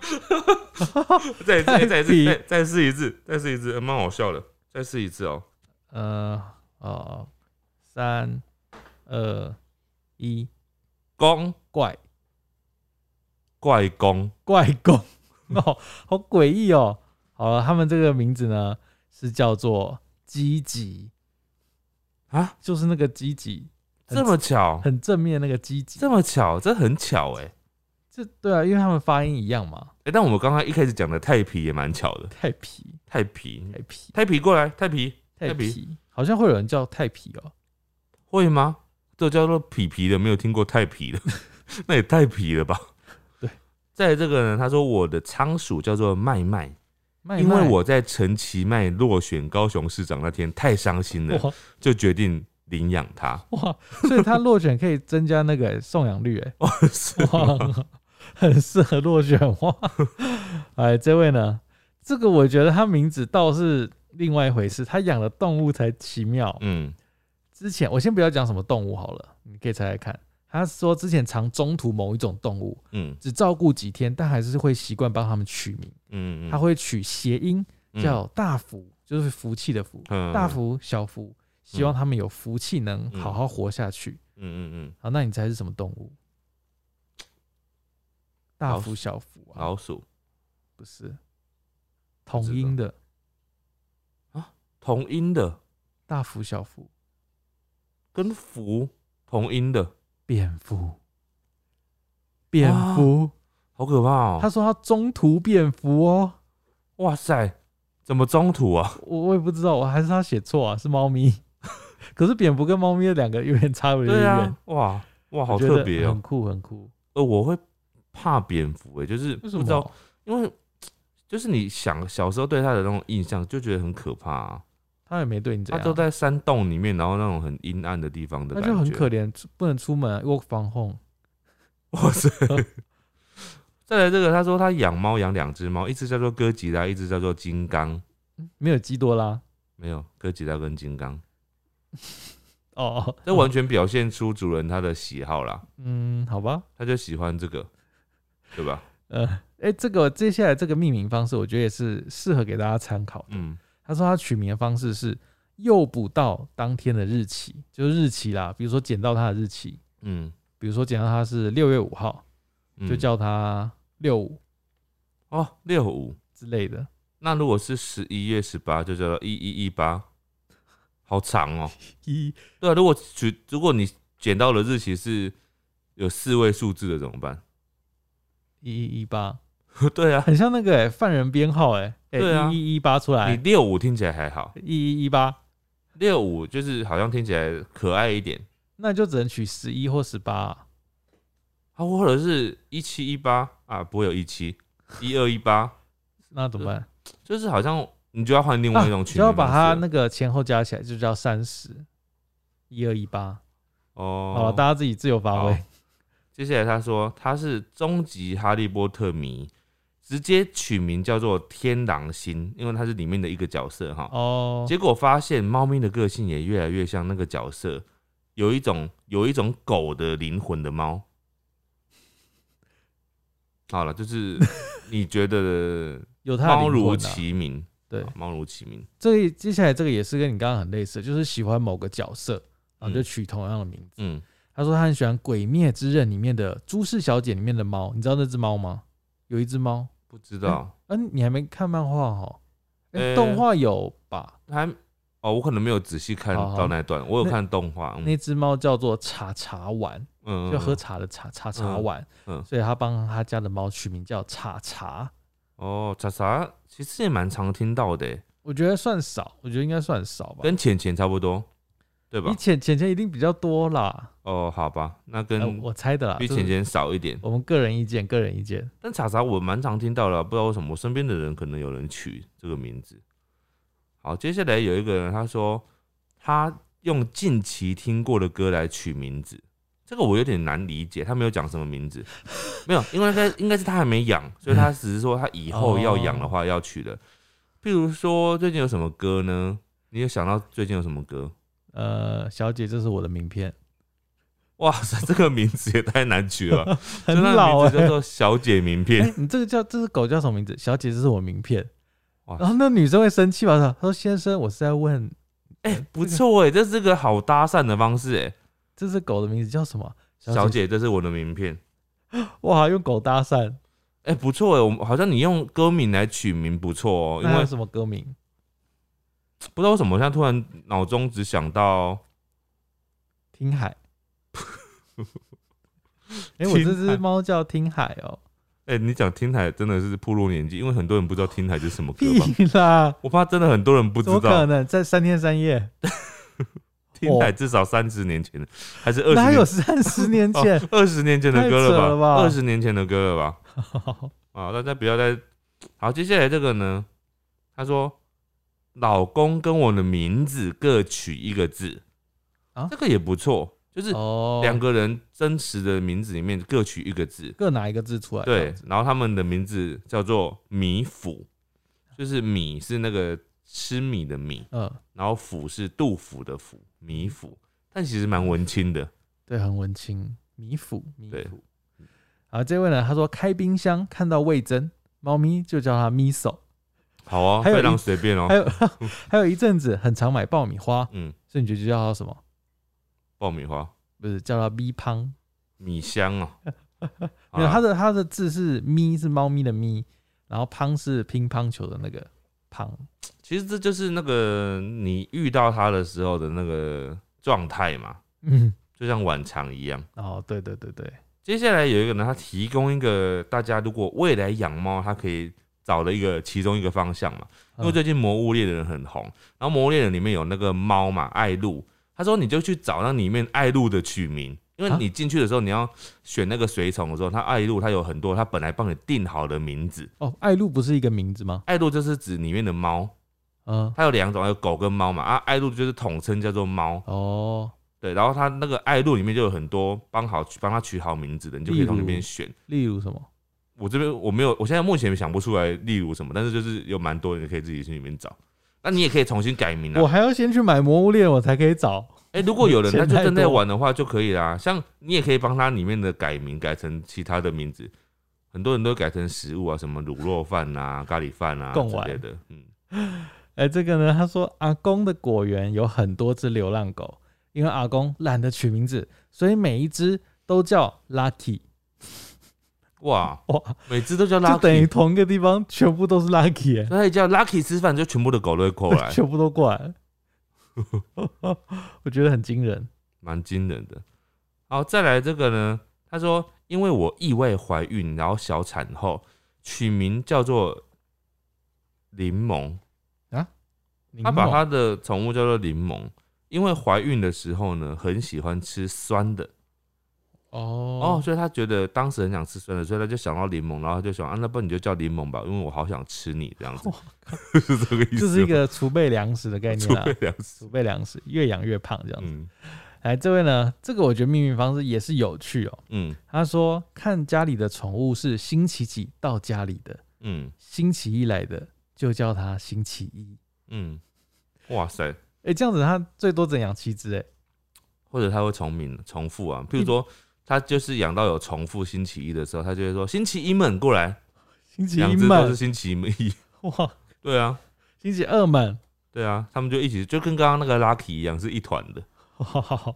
[SPEAKER 2] (laughs) 再
[SPEAKER 1] 太
[SPEAKER 2] 再再
[SPEAKER 1] 皮
[SPEAKER 2] 次再再试一次，再试一次，呃蛮好笑的，再试一次哦。
[SPEAKER 1] 呃哦，三二一，
[SPEAKER 2] 公
[SPEAKER 1] 怪 (laughs)
[SPEAKER 2] 怪公，
[SPEAKER 1] 怪公哦，好诡异哦。好了，他们这个名字呢是叫做积极
[SPEAKER 2] 啊，
[SPEAKER 1] 就是那个积极，很
[SPEAKER 2] 这么巧，
[SPEAKER 1] 很正面那个积极。
[SPEAKER 2] 这么巧，这很巧哎、欸。
[SPEAKER 1] 这对啊，因为他们发音一样嘛。
[SPEAKER 2] 哎、但我们刚刚一开始讲的太皮也蛮巧的，
[SPEAKER 1] 太皮，
[SPEAKER 2] 太皮，
[SPEAKER 1] 太皮，
[SPEAKER 2] 太皮过来，太皮
[SPEAKER 1] 太
[SPEAKER 2] 太皮
[SPEAKER 1] 皮，好像会有人叫太皮哦。
[SPEAKER 2] 会吗？这叫做皮皮的，没有听过太皮的， (laughs) 那也太皮了吧？
[SPEAKER 1] 对，
[SPEAKER 2] 在这个呢，他说我的仓鼠叫做麦麦，
[SPEAKER 1] 麦
[SPEAKER 2] 因为
[SPEAKER 1] (laughs) 麦
[SPEAKER 2] 我在陈其迈落选高雄市长那天太伤心了，
[SPEAKER 1] 哇
[SPEAKER 2] 就决定领养
[SPEAKER 1] (laughs)
[SPEAKER 2] 它。
[SPEAKER 1] 哇，所以他落选可以增加那个送养率，哎，
[SPEAKER 2] 哇是
[SPEAKER 1] 哇，很适合落选哇！ (laughs) 哎，这位呢，这个我觉得他名字倒是另外一回事，他养的动物才奇妙。
[SPEAKER 2] 嗯，
[SPEAKER 1] 之前我先不要讲什么动物好了，你可以猜猜看。他说之前常中途某一种动物，
[SPEAKER 2] 嗯
[SPEAKER 1] 只照顾几天，但还是会习惯帮他们取名。
[SPEAKER 2] 嗯嗯，
[SPEAKER 1] 他会取谐音
[SPEAKER 2] 嗯
[SPEAKER 1] 叫大福，就是福气的福，
[SPEAKER 2] 嗯
[SPEAKER 1] 大，福小福，希望他们有福气能
[SPEAKER 2] 嗯
[SPEAKER 1] 好好活下去。
[SPEAKER 2] 嗯嗯嗯，
[SPEAKER 1] 好，那你猜是什么动物？大
[SPEAKER 2] 老
[SPEAKER 1] 福小福啊，
[SPEAKER 2] 老鼠
[SPEAKER 1] 不是，同
[SPEAKER 2] 知道
[SPEAKER 1] 音的
[SPEAKER 2] 同音的
[SPEAKER 1] 大福小福，
[SPEAKER 2] 跟福同音的，
[SPEAKER 1] 蝙蝠，蝙蝠，
[SPEAKER 2] 好可怕哦、
[SPEAKER 1] 他说他中途变蝠哦，
[SPEAKER 2] 哇塞，怎么中途啊？
[SPEAKER 1] 我我也不知道，我还是他写错啊，是猫咪。 (laughs) 可是蝙蝠跟猫咪的两个有点差别有点
[SPEAKER 2] 对
[SPEAKER 1] 远
[SPEAKER 2] 啊，，哇哇，好
[SPEAKER 1] 我觉得
[SPEAKER 2] 特别哦、
[SPEAKER 1] 很酷很酷。
[SPEAKER 2] 呃，我会怕蝙蝠诶、就是不
[SPEAKER 1] 为什
[SPEAKER 2] 知道
[SPEAKER 1] 么？
[SPEAKER 2] 因为就是你想小时候对它的那种印象，就觉得很可怕、啊。
[SPEAKER 1] 他也没对你怎
[SPEAKER 2] 它
[SPEAKER 1] 样，
[SPEAKER 2] 都在山洞里面，然后那种很阴暗的地方的
[SPEAKER 1] 那
[SPEAKER 2] 感觉，
[SPEAKER 1] 就很可怜，出不能出门啊，work from home。
[SPEAKER 2] (laughs) 哇塞！再来这个，他说他养猫养两只猫，一只叫做哥吉拉，一只叫做金刚。
[SPEAKER 1] 嗯没有基多拉
[SPEAKER 2] 没有哥吉拉跟金刚，
[SPEAKER 1] 哦，哦
[SPEAKER 2] 这完全表现出主人他的喜好啦，
[SPEAKER 1] 嗯，好吧，
[SPEAKER 2] 他就喜欢这个，对吧？
[SPEAKER 1] 呃，哎、这个接下来这个命名方式，我觉得也是适合给大家参考。
[SPEAKER 2] 嗯，
[SPEAKER 1] 他说他取名的方式是诱捕到当天的日期，就是日期啦，比如说捡到它的日期，
[SPEAKER 2] 嗯，
[SPEAKER 1] 比如说捡到它是六月五号，
[SPEAKER 2] 嗯
[SPEAKER 1] 就叫它六五
[SPEAKER 2] 哦六五。
[SPEAKER 1] 之类
[SPEAKER 2] (laughs)
[SPEAKER 1] 的。
[SPEAKER 2] 那如果是十一月十八，就叫做一一一八，好长哦。
[SPEAKER 1] 一
[SPEAKER 2] 对啊，如果取如果你捡到的日期是有四位数字的怎么办？ (laughs)
[SPEAKER 1] 一一一八，
[SPEAKER 2] 对啊，
[SPEAKER 1] 很像那个、欸、犯人编号哎、欸，
[SPEAKER 2] 对啊
[SPEAKER 1] 哎一一一八出
[SPEAKER 2] 你
[SPEAKER 1] 来，
[SPEAKER 2] 六五听起来还好，
[SPEAKER 1] 一一一八，
[SPEAKER 2] 六五就是好像听起来可爱一点。
[SPEAKER 1] 那就只能取十一或十八、
[SPEAKER 2] 啊，或者是一七一八啊，不会有一七一二一八，
[SPEAKER 1] 那怎么办？
[SPEAKER 2] 就是好像你就要换另外一种
[SPEAKER 1] 啊
[SPEAKER 2] 群、
[SPEAKER 1] 就要把它那个前后加起来，就叫三十，一二一八。
[SPEAKER 2] 哦，
[SPEAKER 1] 好了，大家自己自由发挥
[SPEAKER 2] 好。接下来他说他是终极哈利波特迷，直接取名叫做天狼星，因为他是里面的一个角色哈。
[SPEAKER 1] 哦，
[SPEAKER 2] 结果发现猫咪的个性也越来越像那个角色，有一种有一种狗的灵魂的猫。好了，就是
[SPEAKER 1] (laughs)
[SPEAKER 2] 你觉得
[SPEAKER 1] 有它的
[SPEAKER 2] 猫
[SPEAKER 1] 灵魂
[SPEAKER 2] 如
[SPEAKER 1] 啊
[SPEAKER 2] 其名，
[SPEAKER 1] 对
[SPEAKER 2] 好，猫如其名。
[SPEAKER 1] 这接下来这个也是跟你刚刚很类似，就是喜欢某个角色，然后就
[SPEAKER 2] 嗯
[SPEAKER 1] 取同样的名字。
[SPEAKER 2] 嗯，
[SPEAKER 1] 他说他很喜欢《鬼灭之刃》里面的朱氏小姐里面的猫，你知道那只猫吗？有一只猫，
[SPEAKER 2] 不知道，
[SPEAKER 1] 嗯、你还没看漫画哦？哎、
[SPEAKER 2] 呃
[SPEAKER 1] 动画有吧？
[SPEAKER 2] 还哦，我可能没有仔细看
[SPEAKER 1] 好好
[SPEAKER 2] 到那一段，我有
[SPEAKER 1] 那
[SPEAKER 2] 看动画，嗯
[SPEAKER 1] 那只猫叫做茶茶丸，
[SPEAKER 2] 嗯，
[SPEAKER 1] 就喝
[SPEAKER 2] 嗯
[SPEAKER 1] 茶的茶茶茶丸，
[SPEAKER 2] 嗯嗯
[SPEAKER 1] 所以他帮他家的猫取名叫茶茶。
[SPEAKER 2] 哦，查查其实也蛮常听到的耶，
[SPEAKER 1] 我觉得算少，我觉得应该算少吧。
[SPEAKER 2] 跟浅浅差不多，对吧
[SPEAKER 1] 你？浅浅浅一定比较多啦，
[SPEAKER 2] 哦，好吧，那
[SPEAKER 1] 呃
[SPEAKER 2] 跟
[SPEAKER 1] 我猜的啦。
[SPEAKER 2] 比
[SPEAKER 1] 就是
[SPEAKER 2] 浅浅少一点，
[SPEAKER 1] 我们个人意见，个人意见。
[SPEAKER 2] 但查查我蛮常听到啊了，不知道为什么我身边的人可能有人取这个名字。好，接下来有一个人他说他用近期听过的歌来取名字，这个我有点难理解，他没有讲什么名字，没有，因为应该应该是他还没养，所以
[SPEAKER 1] 嗯
[SPEAKER 2] 他只是说他以后要养的
[SPEAKER 1] 哦
[SPEAKER 2] 话要取的。譬如说最近有什么歌呢？你有想到最近有什么歌？
[SPEAKER 1] 呃，小姐，这是我的名
[SPEAKER 2] (laughs)
[SPEAKER 1] 片，
[SPEAKER 2] 哇塞，这个名字也太难取
[SPEAKER 1] (laughs)
[SPEAKER 2] 了吧，
[SPEAKER 1] 很
[SPEAKER 2] 就那个
[SPEAKER 1] 老哎、
[SPEAKER 2] 名字叫做小姐名片。
[SPEAKER 1] (laughs) 哎你这个叫这只狗叫什么名字？小姐，这是我名片。
[SPEAKER 2] 哇
[SPEAKER 1] 然后那女生会生气吧？她说：“先生，我是在问
[SPEAKER 2] 哎、不错哎、这是个好搭讪的方式哎、
[SPEAKER 1] 这只狗的名字叫什么？”
[SPEAKER 2] 小，姐，这是我的名片。
[SPEAKER 1] 哇，用狗搭讪，
[SPEAKER 2] 哎、不错哎、我们好像你用歌名来取名不错哦、因
[SPEAKER 1] 那
[SPEAKER 2] 为
[SPEAKER 1] 有什么歌名？
[SPEAKER 2] 不知道为什么，我现在突然脑中只想到
[SPEAKER 1] 听
[SPEAKER 2] (laughs)
[SPEAKER 1] 海。哎、我
[SPEAKER 2] 听
[SPEAKER 1] 这只
[SPEAKER 2] 海
[SPEAKER 1] 猫叫听海哦、
[SPEAKER 2] 哎、你讲听海真的是暴露年纪，因为很多人不知道听海是什么歌
[SPEAKER 1] 屁
[SPEAKER 2] 吧？
[SPEAKER 1] 啦，
[SPEAKER 2] 我怕真的很多人不
[SPEAKER 1] 怎
[SPEAKER 2] 知
[SPEAKER 1] 么可
[SPEAKER 2] 道，
[SPEAKER 1] 能在三天三夜？
[SPEAKER 2] 听海至少三十年前的，还是二
[SPEAKER 1] 哪
[SPEAKER 2] 十
[SPEAKER 1] 有
[SPEAKER 2] 年哦
[SPEAKER 1] 三十年
[SPEAKER 2] (laughs)
[SPEAKER 1] 前？
[SPEAKER 2] 二十、20年前的歌
[SPEAKER 1] 太扯了
[SPEAKER 2] 了
[SPEAKER 1] 吧
[SPEAKER 2] 吧？二十年前的歌了吧？
[SPEAKER 1] 哦
[SPEAKER 2] 啊，大家不要再好。接下来这个呢，他说老公跟我的名字各取一个字，
[SPEAKER 1] 啊
[SPEAKER 2] 这个也不错，就是
[SPEAKER 1] 哦
[SPEAKER 2] 两个人真实的名字里面各取一个字，
[SPEAKER 1] 各拿一个字出来。这
[SPEAKER 2] 对
[SPEAKER 1] 样子，
[SPEAKER 2] 然后他们的名字叫做米府，就是米是那个吃米的米，
[SPEAKER 1] 嗯，
[SPEAKER 2] 然后府是杜甫的府，米府，但其实蛮文青的，
[SPEAKER 1] 对，很文青，米腐，米
[SPEAKER 2] 对嗯
[SPEAKER 1] 腐。好，这位呢，他说开冰箱看到味增，猫咪就叫它咪手。
[SPEAKER 2] 好哦，
[SPEAKER 1] 还有
[SPEAKER 2] 非
[SPEAKER 1] 一
[SPEAKER 2] 常随便哦
[SPEAKER 1] 还，
[SPEAKER 2] (laughs)
[SPEAKER 1] 有还有一阵子很常买爆米花，
[SPEAKER 2] 嗯，
[SPEAKER 1] 所以你就叫它什么？
[SPEAKER 2] 爆米花。
[SPEAKER 1] 不是叫它咪胖？
[SPEAKER 2] 米香哦，
[SPEAKER 1] (laughs)
[SPEAKER 2] 好
[SPEAKER 1] 没有，
[SPEAKER 2] 啦
[SPEAKER 1] 它的它的字是咪是猫咪的咪，然后胖是乒乓球的那个胖。
[SPEAKER 2] 其实这就是那个你遇到他的时候的那个状态嘛，
[SPEAKER 1] 嗯，
[SPEAKER 2] 就像晚肠一样。
[SPEAKER 1] 哦，对对对对，
[SPEAKER 2] 接下来有一个呢，他提供一个大家如果未来养猫，它可以找的一个其中一个方向嘛。
[SPEAKER 1] 嗯
[SPEAKER 2] 因为最近《魔物猎人》很红，然后《魔物猎人》里面有那个猫嘛，爱露。他说你就去找那里面爱露的取名，因为
[SPEAKER 1] 啊
[SPEAKER 2] 你进去的时候你要选那个随从的时候，它爱露它有很多它本来帮你定好的名字。
[SPEAKER 1] 哦，爱露不是一个名字吗？
[SPEAKER 2] 爱露就是指里面的猫，
[SPEAKER 1] 嗯，
[SPEAKER 2] 它有两种，有狗跟猫嘛。啊，爱露就是统称叫做猫，
[SPEAKER 1] 哦，
[SPEAKER 2] 对。然后它那个爱露里面就有很多帮好帮它取好名字的，你就可以从里面选。
[SPEAKER 1] 例如什么？
[SPEAKER 2] 我这边我没有，我现在目前想不出来，例如什么，但是就是有蛮多人可以自己去里面找。那你也可以重新改名啊
[SPEAKER 1] 我。还要先去买魔物猎，我才可以找。
[SPEAKER 2] 哎、如果有人
[SPEAKER 1] 钱
[SPEAKER 2] 他就
[SPEAKER 1] 太
[SPEAKER 2] 正在
[SPEAKER 1] 多
[SPEAKER 2] 玩的话就可以啦。像你也可以帮他里面的改名改成其他的名字，很多人都改成食物啊，什么卤肉饭啊、咖喱饭啊
[SPEAKER 1] 贡
[SPEAKER 2] 之
[SPEAKER 1] 丸
[SPEAKER 2] 类的。嗯，
[SPEAKER 1] 哎、这个呢，他说阿公的果园有很多只流浪狗，因为阿公懒得取名字，所以每一只都叫 Lucky。
[SPEAKER 2] 哇，
[SPEAKER 1] 哇，
[SPEAKER 2] 每次都
[SPEAKER 1] (laughs)
[SPEAKER 2] 叫
[SPEAKER 1] 就等于
[SPEAKER 2] Lucky，
[SPEAKER 1] 同一个地方全部都是 Lucky，、欸、
[SPEAKER 2] 所以叫 Lucky 吃饭，就全部的狗都会
[SPEAKER 1] (laughs)
[SPEAKER 2] 哎过来，
[SPEAKER 1] 全部都过来了，我觉得很惊人。
[SPEAKER 2] 蛮惊人的。好，再来这个呢，他说因为我意外怀孕，然后小产后，取名叫做柠檬。他把他的宠物叫做柠檬，因为怀孕的时候呢，很喜欢吃酸的哦
[SPEAKER 1] 哦
[SPEAKER 2] 所以他觉得当时很想吃酸的，所以他就想到柠檬，然后他就想啊，那不然你就叫柠檬吧，因为我好想吃你这样子
[SPEAKER 1] (laughs) 哇，
[SPEAKER 2] (laughs) 是这个意思吗。
[SPEAKER 1] 这是一个储备粮食的概念
[SPEAKER 2] 储 (laughs)
[SPEAKER 1] 啊
[SPEAKER 2] 备，粮食
[SPEAKER 1] 储，备粮食越养越胖这样子。
[SPEAKER 2] 嗯
[SPEAKER 1] 哎、这位呢，这个我觉得命运方式也是有趣哦。
[SPEAKER 2] 嗯
[SPEAKER 1] 他说看家里的宠物是星期几到家里的，
[SPEAKER 2] 嗯
[SPEAKER 1] 星期一来的就叫它星期一。
[SPEAKER 2] 嗯，哇塞！
[SPEAKER 1] 哎、这样子它最多只能养七只哎、
[SPEAKER 2] 或者他会重名重复啊，譬如说他就是养到有重复星期一的时候，他就会说星期一们过来，
[SPEAKER 1] 星期
[SPEAKER 2] 两
[SPEAKER 1] 一
[SPEAKER 2] 只都
[SPEAKER 1] 们
[SPEAKER 2] 是星期一， (laughs)
[SPEAKER 1] 哇，
[SPEAKER 2] 对啊
[SPEAKER 1] 星期二们
[SPEAKER 2] 对啊，他们就一起就跟刚刚那个 Lucky 一样是一团的。
[SPEAKER 1] 哇，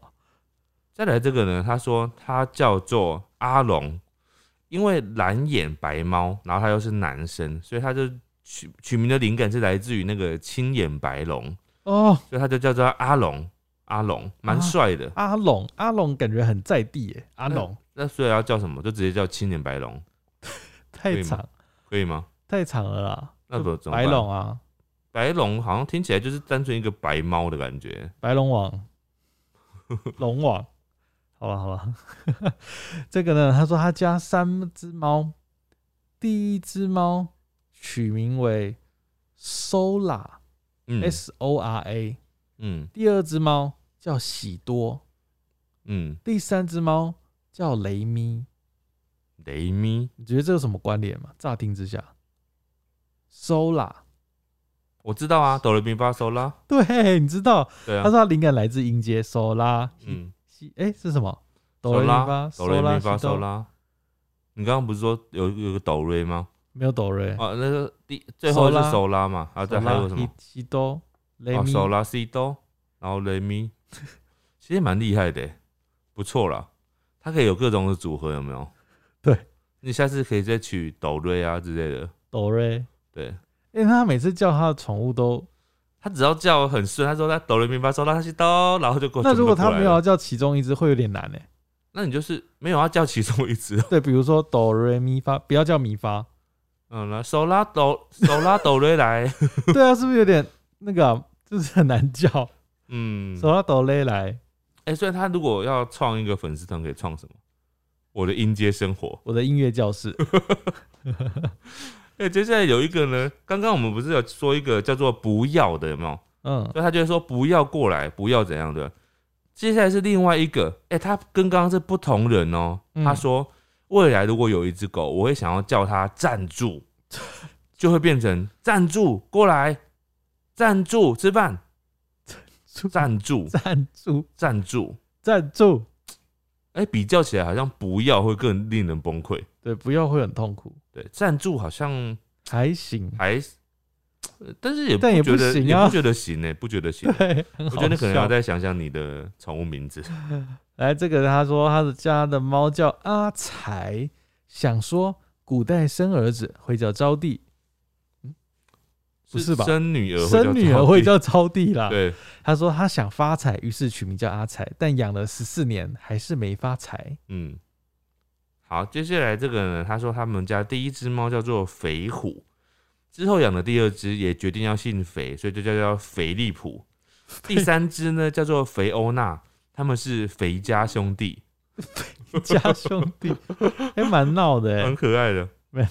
[SPEAKER 2] 再来这个呢，他说他叫做阿龙，因为蓝眼白猫，然后他又是男生，所以他就取取名的灵感是来自于那个青眼白龙，
[SPEAKER 1] 哦，
[SPEAKER 2] 所以他就叫做阿龙。阿龙蛮帅的，
[SPEAKER 1] 阿龙阿龙感觉很在地耶、阿龙
[SPEAKER 2] 那所以要叫什么？就直接叫青眼白龙，
[SPEAKER 1] 太
[SPEAKER 2] 对吗
[SPEAKER 1] 长
[SPEAKER 2] 可以吗？
[SPEAKER 1] 太长了啦，
[SPEAKER 2] 那不
[SPEAKER 1] 就
[SPEAKER 2] 怎么
[SPEAKER 1] 白
[SPEAKER 2] 办
[SPEAKER 1] 龙啊，
[SPEAKER 2] 白龙好像听起来就是单纯一个白猫的感觉。
[SPEAKER 1] 白龙王，
[SPEAKER 2] (laughs)
[SPEAKER 1] 龙王，好了好了， (laughs) 这个呢，他说他家三只猫，第一只猫取名为 Sola
[SPEAKER 2] 嗯
[SPEAKER 1] S O R A，
[SPEAKER 2] 嗯
[SPEAKER 1] 第二只猫叫喜多，
[SPEAKER 2] 嗯，
[SPEAKER 1] 第三只猫叫雷咪。
[SPEAKER 2] 雷咪，
[SPEAKER 1] 你觉得这有什么关联吗？乍听之下，Sola，
[SPEAKER 2] 我知道啊，哆来咪发嗦啦，
[SPEAKER 1] 对，你知道，
[SPEAKER 2] 对
[SPEAKER 1] 他
[SPEAKER 2] 啊
[SPEAKER 1] 说，他灵感来自音阶 Sola，
[SPEAKER 2] 嗯，
[SPEAKER 1] 西，哎、是什么？
[SPEAKER 2] 嗦
[SPEAKER 1] 哆来咪
[SPEAKER 2] 啦
[SPEAKER 1] 发，，
[SPEAKER 2] 哆来咪发
[SPEAKER 1] 西哆
[SPEAKER 2] 嗦啦。你刚刚不是说有有个哆瑞吗？
[SPEAKER 1] 没有哆瑞，
[SPEAKER 2] 啊，那个第最后是
[SPEAKER 1] 嗦啦
[SPEAKER 2] 嗦啦嘛，啊，对，还有什么？
[SPEAKER 1] 西哆雷
[SPEAKER 2] 哦，
[SPEAKER 1] 咪，
[SPEAKER 2] 嗦啦西哆，然后雷
[SPEAKER 1] (laughs)
[SPEAKER 2] 咪，其实蛮厉害的欸，不错啦。它可以有各种的组合，有没有？
[SPEAKER 1] 对，
[SPEAKER 2] 你下次可以再取哆瑞啊之类的。
[SPEAKER 1] 哆瑞。
[SPEAKER 2] 对，
[SPEAKER 1] 因为他每次叫他的宠物都，
[SPEAKER 2] 他只要叫很顺，他说他哆来咪发嗦啦他西哆，然后就过。
[SPEAKER 1] 那如果他没有
[SPEAKER 2] 全部都过来
[SPEAKER 1] 要
[SPEAKER 2] 了，
[SPEAKER 1] 叫其中一只，会有点难呢。
[SPEAKER 2] 那你就是没有要叫其中一只哦。
[SPEAKER 1] (laughs) 对，比如说哆瑞咪发，不要叫咪发。
[SPEAKER 2] 嗯，那手拉哆手拉哆
[SPEAKER 1] (laughs)
[SPEAKER 2] 瑞来，
[SPEAKER 1] 对啊，是不是有点那个啊、就是很难叫？
[SPEAKER 2] 嗯，
[SPEAKER 1] 手拉哆瑞来，
[SPEAKER 2] 哎、所以他如果要创一个粉丝团，可以创什么？我的音阶生活。
[SPEAKER 1] 我的音乐教
[SPEAKER 2] (laughs)
[SPEAKER 1] 室。
[SPEAKER 2] 哎、接下来有一个呢，刚刚我们不是有说一个叫做“不要”的，有没有？
[SPEAKER 1] 嗯，
[SPEAKER 2] 所以他就会说“不要过来，不要怎样的”。接下来是另外一个，哎、他跟刚刚是不同人哦、
[SPEAKER 1] 嗯
[SPEAKER 2] 他说，未来如果有一只狗，我会想要叫它站
[SPEAKER 1] (laughs)
[SPEAKER 2] 住，就会变成站住过来，站住吃饭，站住
[SPEAKER 1] 赞助
[SPEAKER 2] 站住。
[SPEAKER 1] 赞助，
[SPEAKER 2] 哎、比较起来，好像不要会更令人崩溃。
[SPEAKER 1] 对，不要会很痛苦，
[SPEAKER 2] 对，站住好像
[SPEAKER 1] 还行。
[SPEAKER 2] 还，呃但是也
[SPEAKER 1] 但也
[SPEAKER 2] 不觉
[SPEAKER 1] 不
[SPEAKER 2] 得
[SPEAKER 1] 行
[SPEAKER 2] 也
[SPEAKER 1] 啊
[SPEAKER 2] 不觉得行呢、不觉得行。
[SPEAKER 1] 对， (laughs) 很
[SPEAKER 2] 我
[SPEAKER 1] 好
[SPEAKER 2] 觉得你可能要
[SPEAKER 1] 笑
[SPEAKER 2] 再想想你的宠物名字。
[SPEAKER 1] 来，这个他说他的家的猫叫阿才，想说古代生儿子会叫招娣，不是吧
[SPEAKER 2] 生女儿，
[SPEAKER 1] 生女儿会叫招娣啦。
[SPEAKER 2] 对，
[SPEAKER 1] 他说他想发财，于是取名叫阿财，但养了十四年还是没发财。
[SPEAKER 2] 嗯。好，接下来这个呢，他说他们家第一只猫叫做肥虎，之后养的第二只也决定要姓肥，所以就叫叫肥利浦。
[SPEAKER 1] (laughs)
[SPEAKER 2] 第三只呢叫做肥欧娜，他们是肥家兄弟，
[SPEAKER 1] 家兄
[SPEAKER 2] (laughs)
[SPEAKER 1] 弟，还蛮闹的、
[SPEAKER 2] 很
[SPEAKER 1] 欸。
[SPEAKER 2] 可爱的。
[SPEAKER 1] (laughs)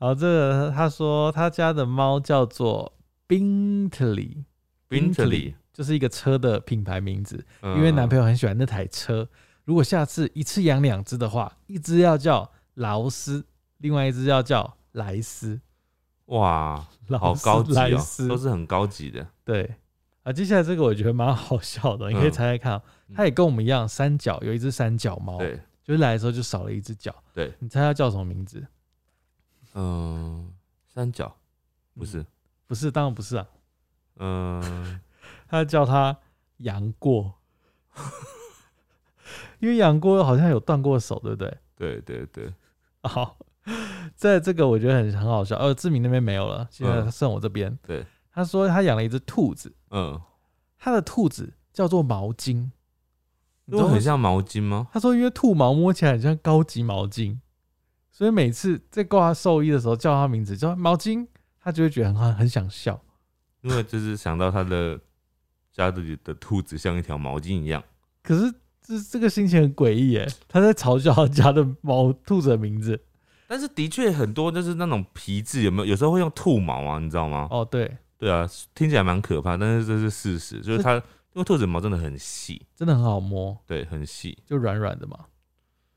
[SPEAKER 1] 好，这个他说他家的猫叫做 Bentley，
[SPEAKER 2] 宾特里，
[SPEAKER 1] 就是一个车的品牌名字。
[SPEAKER 2] 因
[SPEAKER 1] 因为男朋友很喜欢那台车。如果下次一次养两只的话，一只要叫劳斯，另外一只要叫莱斯。
[SPEAKER 2] 嗯哇，好
[SPEAKER 1] 劳斯
[SPEAKER 2] 高级
[SPEAKER 1] 莱
[SPEAKER 2] 哦、
[SPEAKER 1] 斯
[SPEAKER 2] 都是很高级的。
[SPEAKER 1] 对啊。接下来这个我觉得蛮好笑的，你可以
[SPEAKER 2] 嗯
[SPEAKER 1] 猜猜看哦、它也跟我们一样，三角有一只三角猫，
[SPEAKER 2] 对，
[SPEAKER 1] 就是来的时候就少了一只脚。
[SPEAKER 2] 对，
[SPEAKER 1] 你猜它叫什么名字？
[SPEAKER 2] 嗯、三角不是，
[SPEAKER 1] 不是，当然不是啊，
[SPEAKER 2] 嗯、
[SPEAKER 1] 他叫它杨过， (laughs) 因为杨过好像有断过手，对不 (laughs) 对？
[SPEAKER 2] 对对对，
[SPEAKER 1] 好，在这个我觉得很很好笑。呃，志明那边没有了，现在
[SPEAKER 2] 嗯
[SPEAKER 1] 剩我这边。
[SPEAKER 2] 对，
[SPEAKER 1] 他说他养了一只兔子，
[SPEAKER 2] 嗯，
[SPEAKER 1] 他的兔子叫做毛巾，你
[SPEAKER 2] 那
[SPEAKER 1] 知道
[SPEAKER 2] 会
[SPEAKER 1] 为什么。
[SPEAKER 2] 很像毛巾吗？
[SPEAKER 1] 他说因为兔毛摸起来很像高级毛巾，所以每次在挂他兽医的时候叫他名字叫毛巾，他就会觉得很好很想笑。
[SPEAKER 2] 因为就是想到他的家里的兔子像一条毛巾一样，
[SPEAKER 1] 可是这这个心情很诡异耶，他在嘲笑他家的毛兔子的名字。
[SPEAKER 2] 但是的确很多就是那种皮质有没有？有时候会用兔毛啊，你知道吗？
[SPEAKER 1] 哦，对，
[SPEAKER 2] 对啊，听起来蛮可怕，但是这是事实，就是
[SPEAKER 1] 这
[SPEAKER 2] 它因为兔子毛真的很细，
[SPEAKER 1] 真的很好摸，
[SPEAKER 2] 对，很细，
[SPEAKER 1] 就软软的嘛。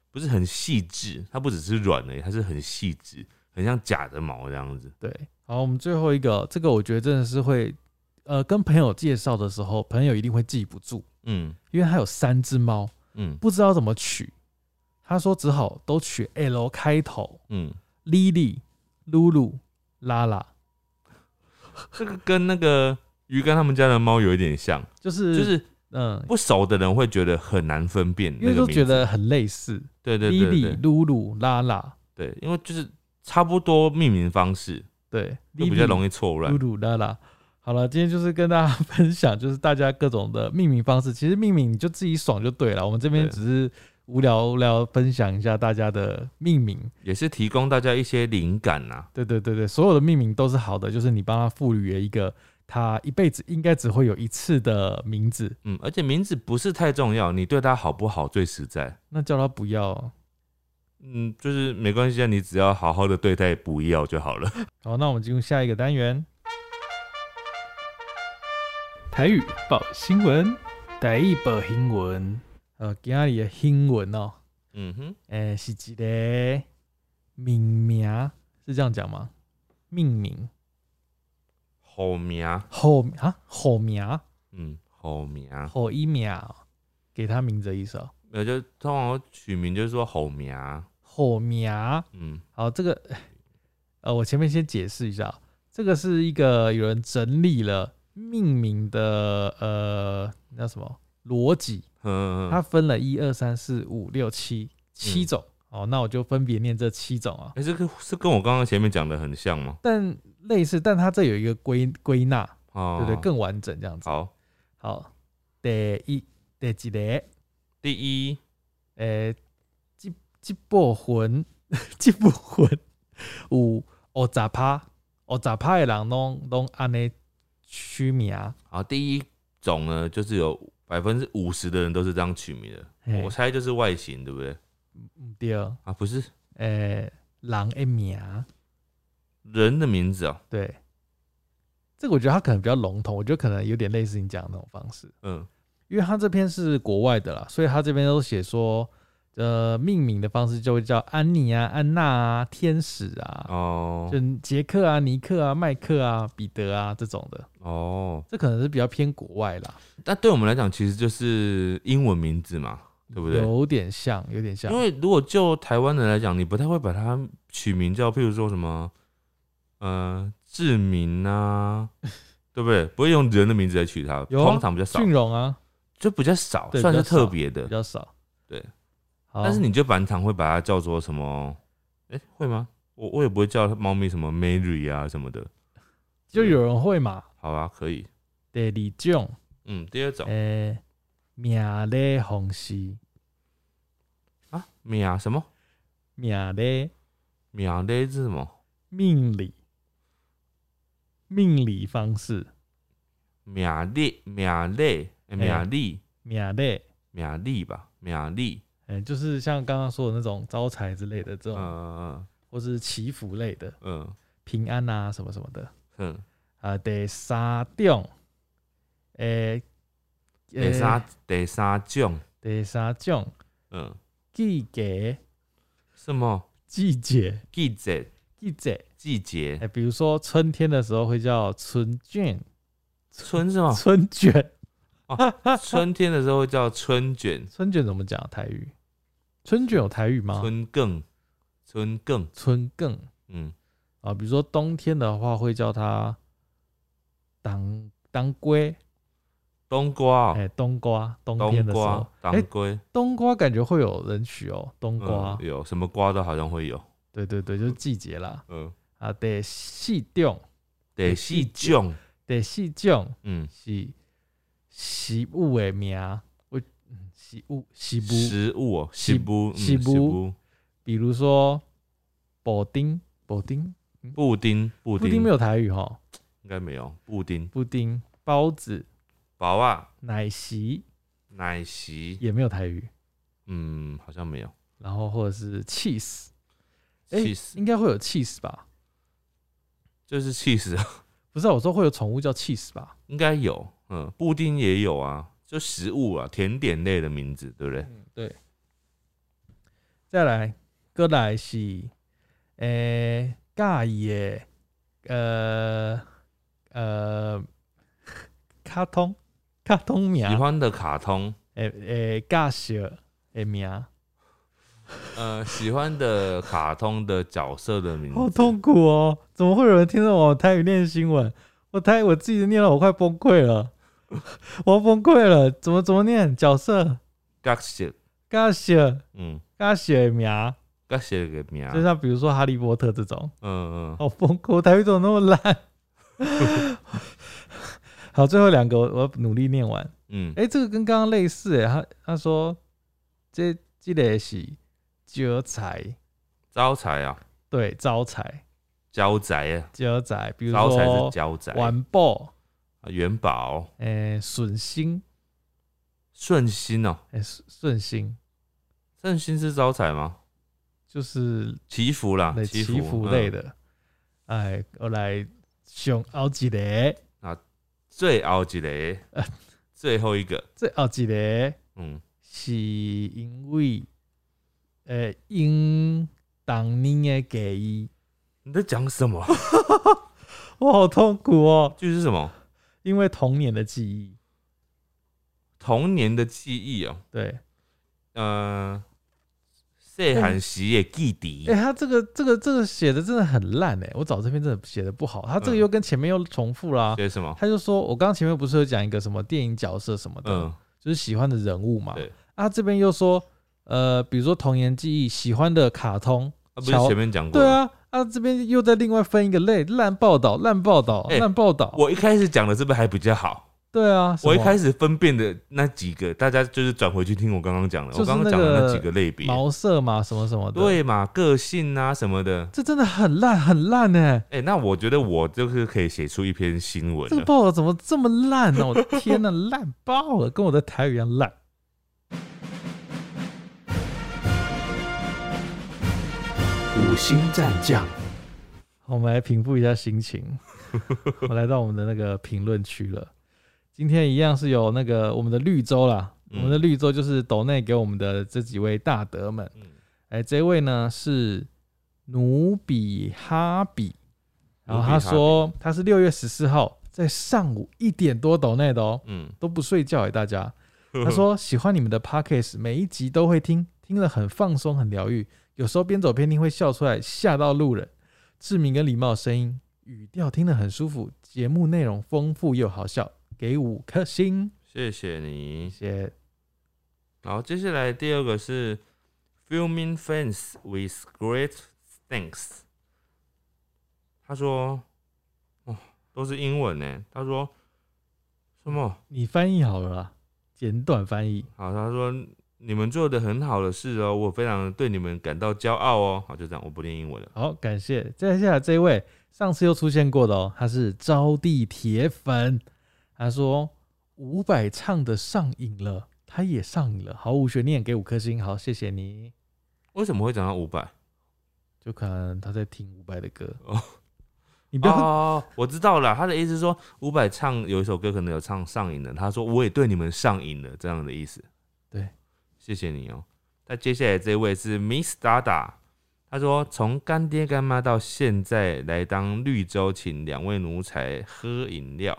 [SPEAKER 2] 不是很细致，它不只是软而已，它是很细致，很像假的毛这样子。
[SPEAKER 1] 对，好，我们最后一个，这个我觉得真的是会，呃，跟朋友介绍的时候，朋友一定会记不住，
[SPEAKER 2] 嗯
[SPEAKER 1] 因为他有三只猫，
[SPEAKER 2] 嗯
[SPEAKER 1] 不知道怎么取，他说只好都取 L 开头
[SPEAKER 2] 嗯，
[SPEAKER 1] ，Lily、露露、拉拉，
[SPEAKER 2] 这个跟那个鱼竿他们家的猫有一点像，
[SPEAKER 1] 就是
[SPEAKER 2] 就是
[SPEAKER 1] 嗯，
[SPEAKER 2] 不熟的人会觉得很难分辨
[SPEAKER 1] 因
[SPEAKER 2] 那
[SPEAKER 1] 为
[SPEAKER 2] 个
[SPEAKER 1] 都
[SPEAKER 2] 名字，
[SPEAKER 1] 觉得很类似
[SPEAKER 2] 对对对对
[SPEAKER 1] ，Lily、露露、拉拉，
[SPEAKER 2] 对，因为就是差不多命名方式，
[SPEAKER 1] 对，
[SPEAKER 2] 就比较容
[SPEAKER 1] 易
[SPEAKER 2] 易错
[SPEAKER 1] 露
[SPEAKER 2] 乱。
[SPEAKER 1] 露、拉拉。好了，今天就是跟大家分享，就是大家各种的命名方式。其实命名你就自己爽就对了，我们这边
[SPEAKER 2] 对
[SPEAKER 1] 只是无聊无聊分享一下大家的命名。
[SPEAKER 2] 也是提供大家一些灵感啊呐、
[SPEAKER 1] 对对对对，所有的命名都是好的，就是你帮他赋予了一个他一辈子应该只会有一次的名字，
[SPEAKER 2] 嗯，而且名字不是太重要，你对它好不好最实在。
[SPEAKER 1] 那叫他不要。
[SPEAKER 2] 嗯，就是没关系啊，你只要好好的对待不要就好了。 (laughs)
[SPEAKER 1] 好，那我们进入下一个单元。台语报新闻，
[SPEAKER 3] 台语报新闻，
[SPEAKER 1] 呃，今日的新闻哦，
[SPEAKER 2] 嗯哼，
[SPEAKER 1] 诶、是一个命名，是这样讲吗？命名
[SPEAKER 2] 好名，
[SPEAKER 1] 后啊后名
[SPEAKER 2] 嗯，好名，
[SPEAKER 1] 后一名哦，给他名字的意思哦，
[SPEAKER 2] 那就通常我取名就是说好名，
[SPEAKER 1] 后名。
[SPEAKER 2] 嗯，
[SPEAKER 1] 好，这个， (laughs) 呃，我前面先解释一下，这个是一个有人整理了命名的呃那叫什么逻辑，
[SPEAKER 2] 嗯
[SPEAKER 1] 它分了一二三四五六七七种。哦，那我就分别念这七种啊，
[SPEAKER 2] 哎、这个是跟我刚刚前面讲的很像吗？
[SPEAKER 1] 但类似，但它这有一个归归纳，
[SPEAKER 2] 哦，
[SPEAKER 1] 对不对？更完整这样子。
[SPEAKER 2] 好。
[SPEAKER 1] 好，第一第几个？
[SPEAKER 2] 第一，
[SPEAKER 1] 诶，这这部分， (laughs) 这部分有五十趴，五十趴的人拢拢安尼取名，
[SPEAKER 2] 好，第一种呢，就是有百分之五十的人都是这样取名的。
[SPEAKER 1] 嘿
[SPEAKER 2] 我猜就是外形，对不对？
[SPEAKER 1] 嗯对，
[SPEAKER 2] 啊，不是
[SPEAKER 1] 诶，人的名，
[SPEAKER 2] 人的名字哦、
[SPEAKER 1] 对，这个我觉得他可能比较笼统，我觉得可能有点类似你讲的那种方式，
[SPEAKER 2] 嗯，
[SPEAKER 1] 因为他这篇是国外的啦，所以他这边都写说。呃，命名的方式就会叫安妮啊、安娜啊、天使啊，
[SPEAKER 2] 哦
[SPEAKER 1] 就杰克啊、尼克啊、麦克啊、彼得啊这种的。
[SPEAKER 2] 哦，
[SPEAKER 1] 这可能是比较偏国外啦，
[SPEAKER 2] 那对我们来讲，其实就是英文名字嘛，对不对？
[SPEAKER 1] 有点像，有点像
[SPEAKER 2] 因。为如果就台湾人来讲，你不太会把它取名叫，譬如说什么，呃，志明啊，对不对？不会用人的名字来取它，
[SPEAKER 1] 有啊
[SPEAKER 2] 通常比较少
[SPEAKER 1] 俊，荣啊，
[SPEAKER 2] 就比较少，
[SPEAKER 1] 对
[SPEAKER 2] 算是
[SPEAKER 1] 比较少
[SPEAKER 2] 特别的
[SPEAKER 1] 比。较哦少。
[SPEAKER 2] 对
[SPEAKER 1] 好，
[SPEAKER 2] 但是你就蛮常会把它叫做什么？哎、会吗？我我也不会叫猫咪什么 Mary 啊什么的，
[SPEAKER 1] 就有人会嘛。
[SPEAKER 2] 好啊，可以。
[SPEAKER 1] 第二种，
[SPEAKER 2] 嗯，第二种、
[SPEAKER 1] 诶、命咧红西，
[SPEAKER 2] 啊，秒什么？
[SPEAKER 1] 命咧
[SPEAKER 2] 秒勒是什么？
[SPEAKER 1] 命理，命理方式，
[SPEAKER 2] 秒力，秒勒，
[SPEAKER 1] 哎
[SPEAKER 2] 秒力，
[SPEAKER 1] 命咧，
[SPEAKER 2] 秒力吧，秒力。
[SPEAKER 1] 诶、就是像刚刚说的那种招财之类的这
[SPEAKER 2] 嗯
[SPEAKER 1] 种，
[SPEAKER 2] 嗯
[SPEAKER 1] 或是祈福类的，
[SPEAKER 2] 嗯
[SPEAKER 1] 平安啊什么什么的。
[SPEAKER 2] 嗯，
[SPEAKER 1] 啊，第三种，诶、诶
[SPEAKER 2] 第三第三种，
[SPEAKER 1] 第三种，
[SPEAKER 2] 嗯，
[SPEAKER 1] 季节，
[SPEAKER 2] 什么？
[SPEAKER 1] 季节，
[SPEAKER 2] 季节，
[SPEAKER 1] 季节，
[SPEAKER 2] 季
[SPEAKER 1] 哎、
[SPEAKER 2] 节，
[SPEAKER 1] 比如说春天的时候会叫春卷，
[SPEAKER 2] 春是吗？
[SPEAKER 1] 春卷，
[SPEAKER 2] 春天的时候叫春卷、
[SPEAKER 1] 春卷怎么讲台语？春卷有台语吗？
[SPEAKER 2] 春更、春更，
[SPEAKER 1] 春更
[SPEAKER 2] 嗯，
[SPEAKER 1] 啊，比如说冬天的话会叫它当当归，
[SPEAKER 2] 冬瓜
[SPEAKER 1] 哎、
[SPEAKER 2] 哦、
[SPEAKER 1] 冬瓜，冬天
[SPEAKER 2] 冬
[SPEAKER 1] 的时候哎、
[SPEAKER 2] 瓜、，当归，
[SPEAKER 1] 冬瓜感觉会有人取哦，冬瓜，
[SPEAKER 2] 嗯，有什么瓜都好像会有，
[SPEAKER 1] 对对对，就是季节啦。
[SPEAKER 2] 嗯，
[SPEAKER 1] 啊，第四种，
[SPEAKER 2] 得细种，
[SPEAKER 1] 第四种
[SPEAKER 2] 嗯，
[SPEAKER 1] 是食物的名，我嗯食物食物，
[SPEAKER 2] 食物哦，食物，嗯
[SPEAKER 1] 食
[SPEAKER 2] 食物，
[SPEAKER 1] 比如说布丁，布丁，
[SPEAKER 2] 布丁，布
[SPEAKER 1] 布
[SPEAKER 2] 丁
[SPEAKER 1] 丁没
[SPEAKER 2] 有，
[SPEAKER 1] 有台语哈，
[SPEAKER 2] 应该没有，布丁，
[SPEAKER 1] 布丁、包子、
[SPEAKER 2] 薄啊，
[SPEAKER 1] 奶昔
[SPEAKER 2] 奶昔，
[SPEAKER 1] 也没有台语，
[SPEAKER 2] 嗯，好像没有，
[SPEAKER 1] 然后或者是 cheese，哎
[SPEAKER 2] 气死，
[SPEAKER 1] 应该会有 cheese 吧？
[SPEAKER 2] 就是气死，
[SPEAKER 1] 不是啊、我说会有宠物叫 cheese 吧？
[SPEAKER 2] (laughs) 应该有，嗯，布丁也有啊，就食物啊，甜点类的名字，对不对？
[SPEAKER 1] 嗯，对。再来，过来是诶，介意的呃呃，卡通 (laughs) 卡通名呃
[SPEAKER 2] 喜，欢的卡通，
[SPEAKER 1] 诶诶，介绍的名，
[SPEAKER 2] 呃，喜欢的卡通的角色的名字，
[SPEAKER 1] 好痛苦哦！怎么会有人听到我台语念新闻？我台我自己念了，我快崩溃了， (laughs) 我要崩溃了！怎么怎么念角色？
[SPEAKER 2] 角色，
[SPEAKER 1] 介绍
[SPEAKER 2] 嗯，
[SPEAKER 1] 介绍的名，
[SPEAKER 2] 角色的名，
[SPEAKER 1] 就哦像比如说哈利波特这种。
[SPEAKER 2] 嗯嗯，
[SPEAKER 1] 好崩溃，我台语怎么那么烂？ (laughs) 好，最后两个我我要努力念完。
[SPEAKER 2] 嗯，
[SPEAKER 1] 哎、这个跟刚刚类似哎、他他说这这个是招财，
[SPEAKER 2] 招财啊，
[SPEAKER 1] 对，招财，
[SPEAKER 2] 招财啊，
[SPEAKER 1] 招财，比如
[SPEAKER 2] 招财是
[SPEAKER 1] 说
[SPEAKER 2] 招财，
[SPEAKER 1] 完爆，
[SPEAKER 2] 啊元宝，
[SPEAKER 1] 哎、顺心，
[SPEAKER 2] 顺心哦，
[SPEAKER 1] 哎、顺顺心
[SPEAKER 2] 顺心是招财吗？
[SPEAKER 1] 就是
[SPEAKER 2] 祈福啦，
[SPEAKER 1] 类
[SPEAKER 2] 祈
[SPEAKER 1] 祈福类
[SPEAKER 2] 嗯
[SPEAKER 1] 的。哎、我来上奥几个，
[SPEAKER 2] 最后一个
[SPEAKER 1] 呃，
[SPEAKER 2] 最后一个，
[SPEAKER 1] 这奥几个。
[SPEAKER 2] 嗯，
[SPEAKER 1] 是因为，呃，因当年的给予，
[SPEAKER 2] 你在讲什么？
[SPEAKER 1] (laughs) 我好痛苦哦，
[SPEAKER 2] 就是什么
[SPEAKER 1] 因为童年的记忆，
[SPEAKER 2] 童年的记忆哦，
[SPEAKER 1] 对，
[SPEAKER 2] 呃，细汉时的记忆
[SPEAKER 1] 哎、，他这个这个这个写的真的很烂哎，我找这篇真的写的不好，他这个
[SPEAKER 2] 嗯
[SPEAKER 1] 又跟前面又重复啦、
[SPEAKER 2] 对什么？
[SPEAKER 1] 他就说，我刚刚前面不是有讲一个什么电影角色什么的，
[SPEAKER 2] 嗯，
[SPEAKER 1] 就是喜欢的人物嘛
[SPEAKER 2] 对，
[SPEAKER 1] 啊，这边又说，呃，比如说童年记忆喜欢的卡通，
[SPEAKER 2] 啊不是
[SPEAKER 1] 乔
[SPEAKER 2] 前面讲过？
[SPEAKER 1] 对，啊，啊，这边又在另外分一个类，烂报道，烂报道，
[SPEAKER 2] 哎
[SPEAKER 1] 烂、报道，
[SPEAKER 2] 我一开始讲的是不是还比较好？
[SPEAKER 1] 对啊，什
[SPEAKER 2] 我一
[SPEAKER 1] 么
[SPEAKER 2] 开始分辨的那几个，大家就是转回去听我刚刚讲的，
[SPEAKER 1] 就是
[SPEAKER 2] 我刚刚讲的
[SPEAKER 1] 那个
[SPEAKER 2] 那几个类别，
[SPEAKER 1] 毛色嘛，什么什么的。，
[SPEAKER 2] 对嘛，个性啊什么的。
[SPEAKER 1] 这真的很烂，很烂哎、
[SPEAKER 2] 哎、那我觉得我就是可以写出一篇新闻
[SPEAKER 1] 这个
[SPEAKER 2] 了。
[SPEAKER 1] 报道怎么这么烂
[SPEAKER 2] (laughs)
[SPEAKER 1] 呢、我的天呐，烂爆了，跟我的台语一样烂。
[SPEAKER 3] 五星战将，
[SPEAKER 1] 好我们来平复一下心
[SPEAKER 2] (laughs)
[SPEAKER 1] 情。我来到我们的那个评论区了。今天一样是有那个我们的绿洲啦，
[SPEAKER 2] 嗯
[SPEAKER 1] 我们的绿洲就是斗内给我们的这几位大德们。
[SPEAKER 2] 嗯
[SPEAKER 1] 哎、这位呢是努比哈比，然后
[SPEAKER 2] 努比
[SPEAKER 1] 他
[SPEAKER 2] 哈
[SPEAKER 1] 说他是六月十四号在上午一点多斗内的哦、
[SPEAKER 2] 嗯，
[SPEAKER 1] 都不睡觉哎、大家。他说喜欢你们的 podcast，每一集都会听，听了很放松，很疗愈。有时候边走边听会笑出来，吓到路人。志明跟礼貌的声音，语调听得很舒服，节目内容丰富又好笑，给五颗星，
[SPEAKER 2] 谢谢你。
[SPEAKER 1] 谢谢。
[SPEAKER 2] 然后接下来第二个是 filming fans with great thanks。他说：“哦，都是英文呢。他说什么？
[SPEAKER 1] 你翻译好了啦，简短翻译。
[SPEAKER 2] 好，他说你们做的很好的事哦，我非常对你们感到骄傲哦。好，就这样，我不念英文了。
[SPEAKER 1] 好，感谢。接下来这一位，上次又出现过的哦，他是招娣铁粉。他说伍佰唱的上瘾了，他也上瘾了，毫无悬念，给五颗星。好，谢谢你。
[SPEAKER 2] 为什么会讲到五百？
[SPEAKER 1] 就可能他在听伍佰的歌
[SPEAKER 2] 哦
[SPEAKER 1] 哦，
[SPEAKER 2] (laughs)
[SPEAKER 1] 你不要、
[SPEAKER 2] 哦，我知道了，他的意思是说伍佰唱有一首歌可能有唱上瘾了，他说我也对你们上瘾了这样的意思。
[SPEAKER 1] 对，
[SPEAKER 2] 谢谢你哦。那接下来这位是 Miss Dada，他说从干爹干妈到现在来当绿洲，请两位奴才喝饮料，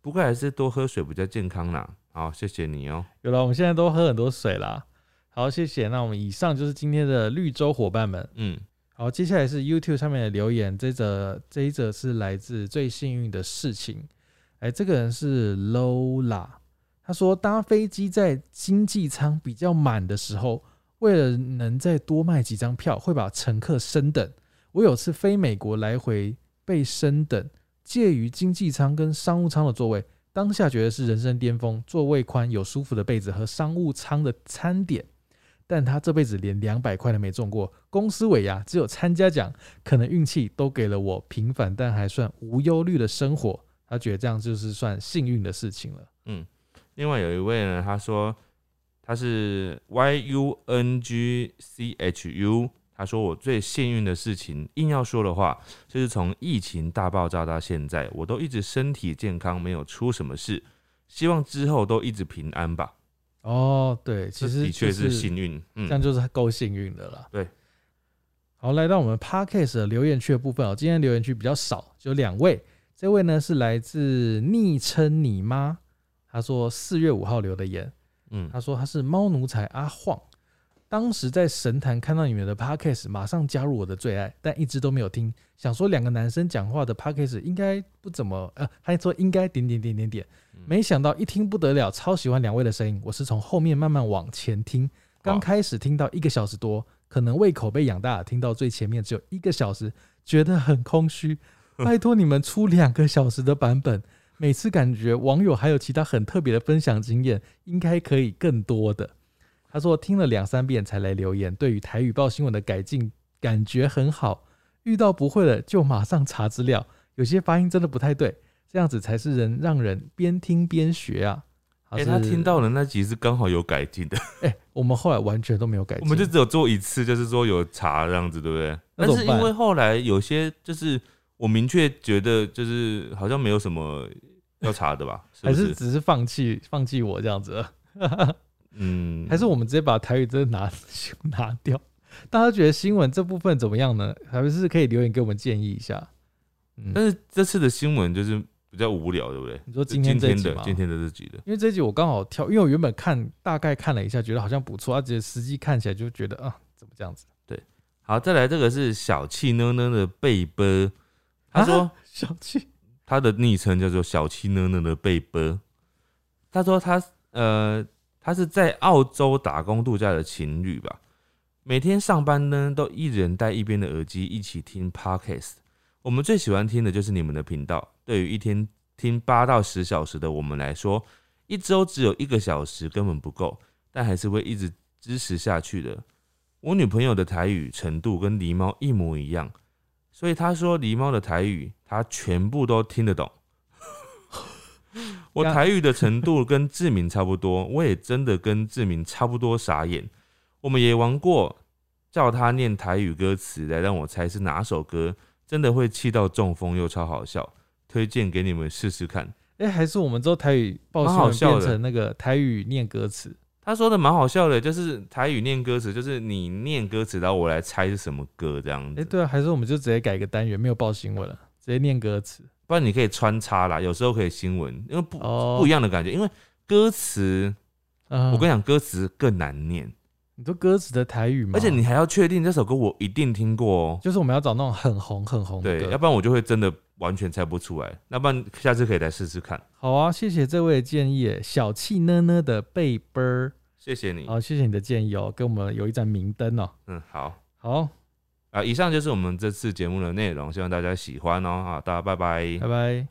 [SPEAKER 2] 不过还是多喝水比较健康啦。好，谢谢你哦。
[SPEAKER 1] 有了，我们现在都喝很多水啦。好，谢谢。那我们以上就是今天的绿洲伙伴们。
[SPEAKER 2] 嗯，
[SPEAKER 1] 好，接下来是 YouTube 上面的留言，这则这一则是来自最幸运的事情。哎，这个人是 Lola，他说搭飞机在经济舱比较满的时候，为了能再多卖几张票，会把乘客升等。我有次飞美国来回被升等，介于经济舱跟商务舱的座位，当下觉得是人生巅峰，座位宽，有舒服的被子和商务舱的餐点。但他这辈子连两百块都没中过。公司尾牙只有参加奖，可能运气都给了我平凡但还算无忧虑的生活。他觉得这样就是算幸运的事情了。
[SPEAKER 2] 另外有一位呢，他说他是 Y U N G C H U，他说我最幸运的事情，硬要说的话，就是从疫情大爆炸到现在，我都一直身体健康，没有出什么事。希望之后都一直平安吧。
[SPEAKER 1] 哦，对，其
[SPEAKER 2] 这
[SPEAKER 1] 实
[SPEAKER 2] 的确
[SPEAKER 1] 就是
[SPEAKER 2] 幸运，
[SPEAKER 1] 这样
[SPEAKER 2] 嗯，
[SPEAKER 1] 就是够幸运的啦。
[SPEAKER 2] 对。
[SPEAKER 1] 好，来到我们 podcast 的留言区的部分哦，今天留言区比较少，只有两位。这位呢是来自昵称你妈，他说四月五号留的言，
[SPEAKER 2] 嗯，
[SPEAKER 1] 他说他是猫奴才阿晃，当时在神坛看到你们的 podcast，马上加入我的最爱，但一直都没有听。想说两个男生讲话的 podcast 应该不怎么，呃，他说应该点点点点点，没想到一听不得了，超喜欢两位的声音。我是从后面慢慢往前听，刚开始听到一个小时多，可能胃口被养大，听到最前面只有一个小时， (laughs) 觉得很空虚。拜托你们出两个小时的版本，每次感觉网友还有其他很特别的分享经验，应该可以更多的。他说听了两三遍才来留言，对于台语报新闻的改进感觉很好，遇到不会的就马上查资料，有些发音真的不太对，这样子才是人让人边听边学啊。
[SPEAKER 2] 哎、
[SPEAKER 1] 是
[SPEAKER 2] 他听到了那集是刚好有改进的，
[SPEAKER 1] 哎、我们后来完全都没有改进，
[SPEAKER 2] 我们就只有做一次，就是说有查这样子，对不对？
[SPEAKER 1] 那
[SPEAKER 2] 但
[SPEAKER 1] 怎
[SPEAKER 2] 是
[SPEAKER 1] 么办
[SPEAKER 2] 因为后来有些就是我明确觉得就是好像没有什么要查的吧，是
[SPEAKER 1] (laughs) 还
[SPEAKER 2] 不
[SPEAKER 1] 是只是放弃放弃我这样子，
[SPEAKER 2] 嗯，
[SPEAKER 1] 还是我们直接把台语真的拿 (laughs) 拿掉？大家觉得新闻这部分怎么样呢？还是可以留言给我们建议一下。嗯，
[SPEAKER 2] 但是这次的新闻就是比较无聊，对不对？
[SPEAKER 1] 你说
[SPEAKER 2] 就今
[SPEAKER 1] 今天这一集
[SPEAKER 2] 的
[SPEAKER 1] 吗？
[SPEAKER 2] 今天的这集的，
[SPEAKER 1] 因为这一集我刚好挑，因为我原本看大概看了一下，觉得好像不错，而且实际看起来就觉得啊，怎么这样子？
[SPEAKER 2] 好，再来这个是小气呢呢的贝波，他说
[SPEAKER 1] 啊 (laughs) 小气，
[SPEAKER 2] 他的昵称叫做小气呢呢的贝波，他说他呃他是在澳洲打工度假的情侣吧，每天上班呢都一人戴一边的耳机一起听 podcast，我们最喜欢听的就是你们的频道，对于一天听八到十小时的我们来说，一周只有一个小时根本不够，但还是会一直支持下去的。我女朋友的台语程度跟狸猫一模一样，所以她说狸猫的台语她全部都听得懂。我台语的程度跟志明差不多，我也真的跟志明差不多傻眼。我们也玩过叫他念台语歌词来让我猜是哪首歌，真的会气到中风又超好笑，推荐给你们试试看。
[SPEAKER 1] 哎、还是我们之后台语报
[SPEAKER 2] 蛮好
[SPEAKER 1] 新
[SPEAKER 2] 笑
[SPEAKER 1] 闻
[SPEAKER 2] 的
[SPEAKER 1] 变成那个台语念歌词，
[SPEAKER 2] 他说的蛮好笑的，就是台语念歌词，就是你念歌词，然后我来猜是什么歌这样
[SPEAKER 1] 哎、
[SPEAKER 2] 子。
[SPEAKER 1] 对啊，还是我们就直接改一个单元，没有报新闻了，直接念歌词。
[SPEAKER 2] 不然你可以穿插啦，有时候可以新闻，因为不、
[SPEAKER 1] 哦
[SPEAKER 2] 不一样的感觉。因为歌词，
[SPEAKER 1] 嗯，
[SPEAKER 2] 我跟你讲，歌词更难念，
[SPEAKER 1] 你说歌词的台语吗？
[SPEAKER 2] 而且你还要确定这首歌我一定听过哦、
[SPEAKER 1] 就是我们要找那种很红很红的
[SPEAKER 2] 对，
[SPEAKER 1] 歌。
[SPEAKER 2] 要不然我就会真的完全猜不出来。那不然下次可以来试试看，
[SPEAKER 1] 好啊，谢谢这位的建议，小气呢呢的贝贝儿，
[SPEAKER 2] 谢谢你。
[SPEAKER 1] 好，谢谢你的建议哦，给我们有一盏明灯哦。
[SPEAKER 2] 嗯，好
[SPEAKER 1] 好，
[SPEAKER 2] 啊，以上就是我们这次节目的内容，希望大家喜欢哦。好，大家拜拜
[SPEAKER 1] 拜拜。